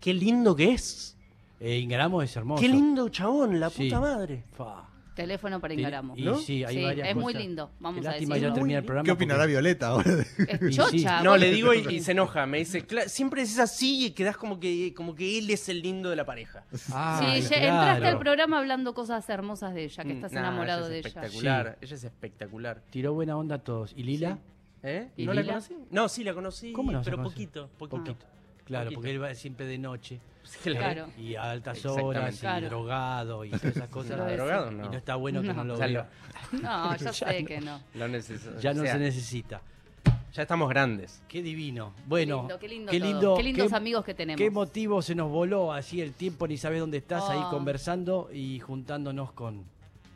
Speaker 2: Qué lindo que es.
Speaker 1: Eh, Ingaramo es hermoso.
Speaker 2: Qué lindo chabón, la
Speaker 1: Sí.
Speaker 2: puta madre.
Speaker 1: Fa.
Speaker 3: Teléfono para
Speaker 1: Tiene-
Speaker 3: Ingaramo.
Speaker 1: y
Speaker 2: ¿No?
Speaker 1: sí, hay
Speaker 3: Sí,
Speaker 1: varias
Speaker 3: es muy
Speaker 1: cosas.
Speaker 3: lindo, vamos
Speaker 1: Qué
Speaker 3: a
Speaker 1: lástima,
Speaker 3: decirlo.
Speaker 1: ya termina el programa.
Speaker 4: ¿Qué opinará
Speaker 1: porque-
Speaker 4: Violeta ahora?
Speaker 3: Es
Speaker 1: sí.
Speaker 3: chocha.
Speaker 2: No,
Speaker 3: Ah, vos-
Speaker 2: le digo y, y se enoja. Me dice, "Cla- siempre decís así y quedás como que, como que él es el lindo de la pareja.
Speaker 1: Ah,
Speaker 3: Sí, ya
Speaker 1: claro. Mm,
Speaker 3: entraste al programa hablando cosas hermosas de ella, que estás
Speaker 2: Nah,
Speaker 3: enamorado de
Speaker 2: ella es
Speaker 3: ella.
Speaker 2: Espectacular. Ella es espectacular.
Speaker 1: Tiró buena onda a todos. ¿Y Lila?
Speaker 2: ¿Eh?
Speaker 3: ¿Y
Speaker 2: ¿No la
Speaker 3: Lila?
Speaker 2: conocí? No, sí, la conocí,
Speaker 1: ¿Cómo no la
Speaker 2: pero
Speaker 1: conocí?
Speaker 2: poquito, poquito.
Speaker 1: Poquito. Claro,
Speaker 2: Poquito.
Speaker 1: porque él va siempre de noche.
Speaker 3: Claro.
Speaker 1: Y a altas
Speaker 2: Exactamente.
Speaker 1: horas, y
Speaker 3: Claro.
Speaker 1: drogado, y todas esas cosas.
Speaker 3: Lo
Speaker 2: No,
Speaker 3: es.
Speaker 2: drogado
Speaker 1: Y
Speaker 2: no.
Speaker 1: no está bueno que no,
Speaker 3: No.
Speaker 1: lo
Speaker 2: Ya
Speaker 1: vea.
Speaker 3: No, ya
Speaker 1: Ya
Speaker 3: sé
Speaker 1: no.
Speaker 3: que no.
Speaker 2: Lo necesito.
Speaker 1: Ya no
Speaker 2: O sea,
Speaker 1: se necesita.
Speaker 2: Ya estamos grandes.
Speaker 1: Qué divino. Bueno,
Speaker 3: qué lindo, qué lindo, todo. Qué lindos amigos que tenemos.
Speaker 1: Qué motivo se nos voló así el tiempo, ni sabes dónde estás ahí
Speaker 3: Oh.
Speaker 1: conversando y juntándonos con,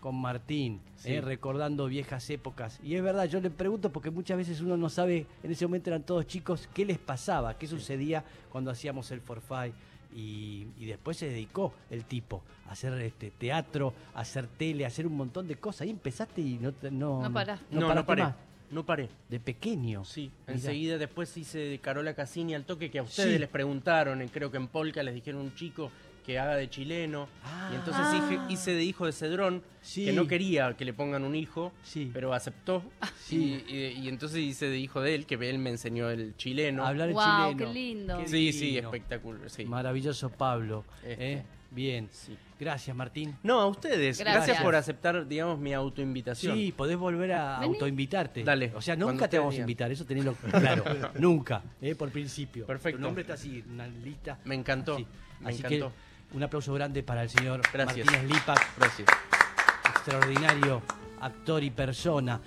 Speaker 1: con Martín,
Speaker 2: Sí.
Speaker 1: eh, recordando viejas épocas. Y es verdad, yo le pregunto porque muchas veces uno no sabe, en ese momento eran todos chicos, qué les pasaba, qué sucedía cuando hacíamos el forfait. Y, y después se dedicó el tipo a hacer este teatro, a hacer tele, a hacer un montón de cosas. Ahí empezaste y no te- no,
Speaker 3: No paraste.
Speaker 2: No, no
Speaker 1: paraste
Speaker 2: paré.
Speaker 1: más.
Speaker 2: No paré.
Speaker 1: De pequeño.
Speaker 2: Sí,
Speaker 1: Mirá.
Speaker 2: enseguida después hice de Carola Cassini al toque que a ustedes
Speaker 1: Sí.
Speaker 2: les preguntaron, en- creo que en Polka les dijeron un chico que haga de chileno.
Speaker 1: Ah.
Speaker 2: Y entonces
Speaker 3: Ah.
Speaker 2: hice, hice de hijo de Cedrón,
Speaker 1: Sí.
Speaker 2: que no quería que le pongan un hijo,
Speaker 1: Sí. Ah,
Speaker 2: pero aceptó.
Speaker 1: Sí.
Speaker 2: Y, y- y entonces hice de hijo de él, que él me enseñó el chileno.
Speaker 1: Hablar en
Speaker 3: Guau,
Speaker 1: chileno.
Speaker 3: qué lindo.
Speaker 1: Qué
Speaker 2: Sí, sí,
Speaker 1: divino.
Speaker 2: espectacular. sí.
Speaker 1: Maravilloso Pablo.
Speaker 2: Este.
Speaker 1: ¿eh? Bien.
Speaker 2: Sí.
Speaker 1: Gracias, Martín.
Speaker 2: No, a ustedes. Gracias.
Speaker 3: Gracias.
Speaker 2: por aceptar, digamos, mi autoinvitación.
Speaker 1: Sí, podés volver a
Speaker 3: Vení.
Speaker 1: autoinvitarte.
Speaker 2: Dale,
Speaker 1: O sea,
Speaker 2: cuando
Speaker 1: nunca te
Speaker 2: ustedes
Speaker 1: vamos a
Speaker 2: digan.
Speaker 1: invitar, eso tenelo claro. nunca, ¿eh? por principio.
Speaker 2: Perfecto.
Speaker 1: Tu nombre está así, una lista.
Speaker 2: Me encantó.
Speaker 1: Así.
Speaker 2: Me
Speaker 1: Así
Speaker 2: encantó.
Speaker 1: que un aplauso grande para el señor
Speaker 2: Gracias.
Speaker 1: Martínez Lipac,
Speaker 2: Gracias.
Speaker 1: extraordinario actor y persona.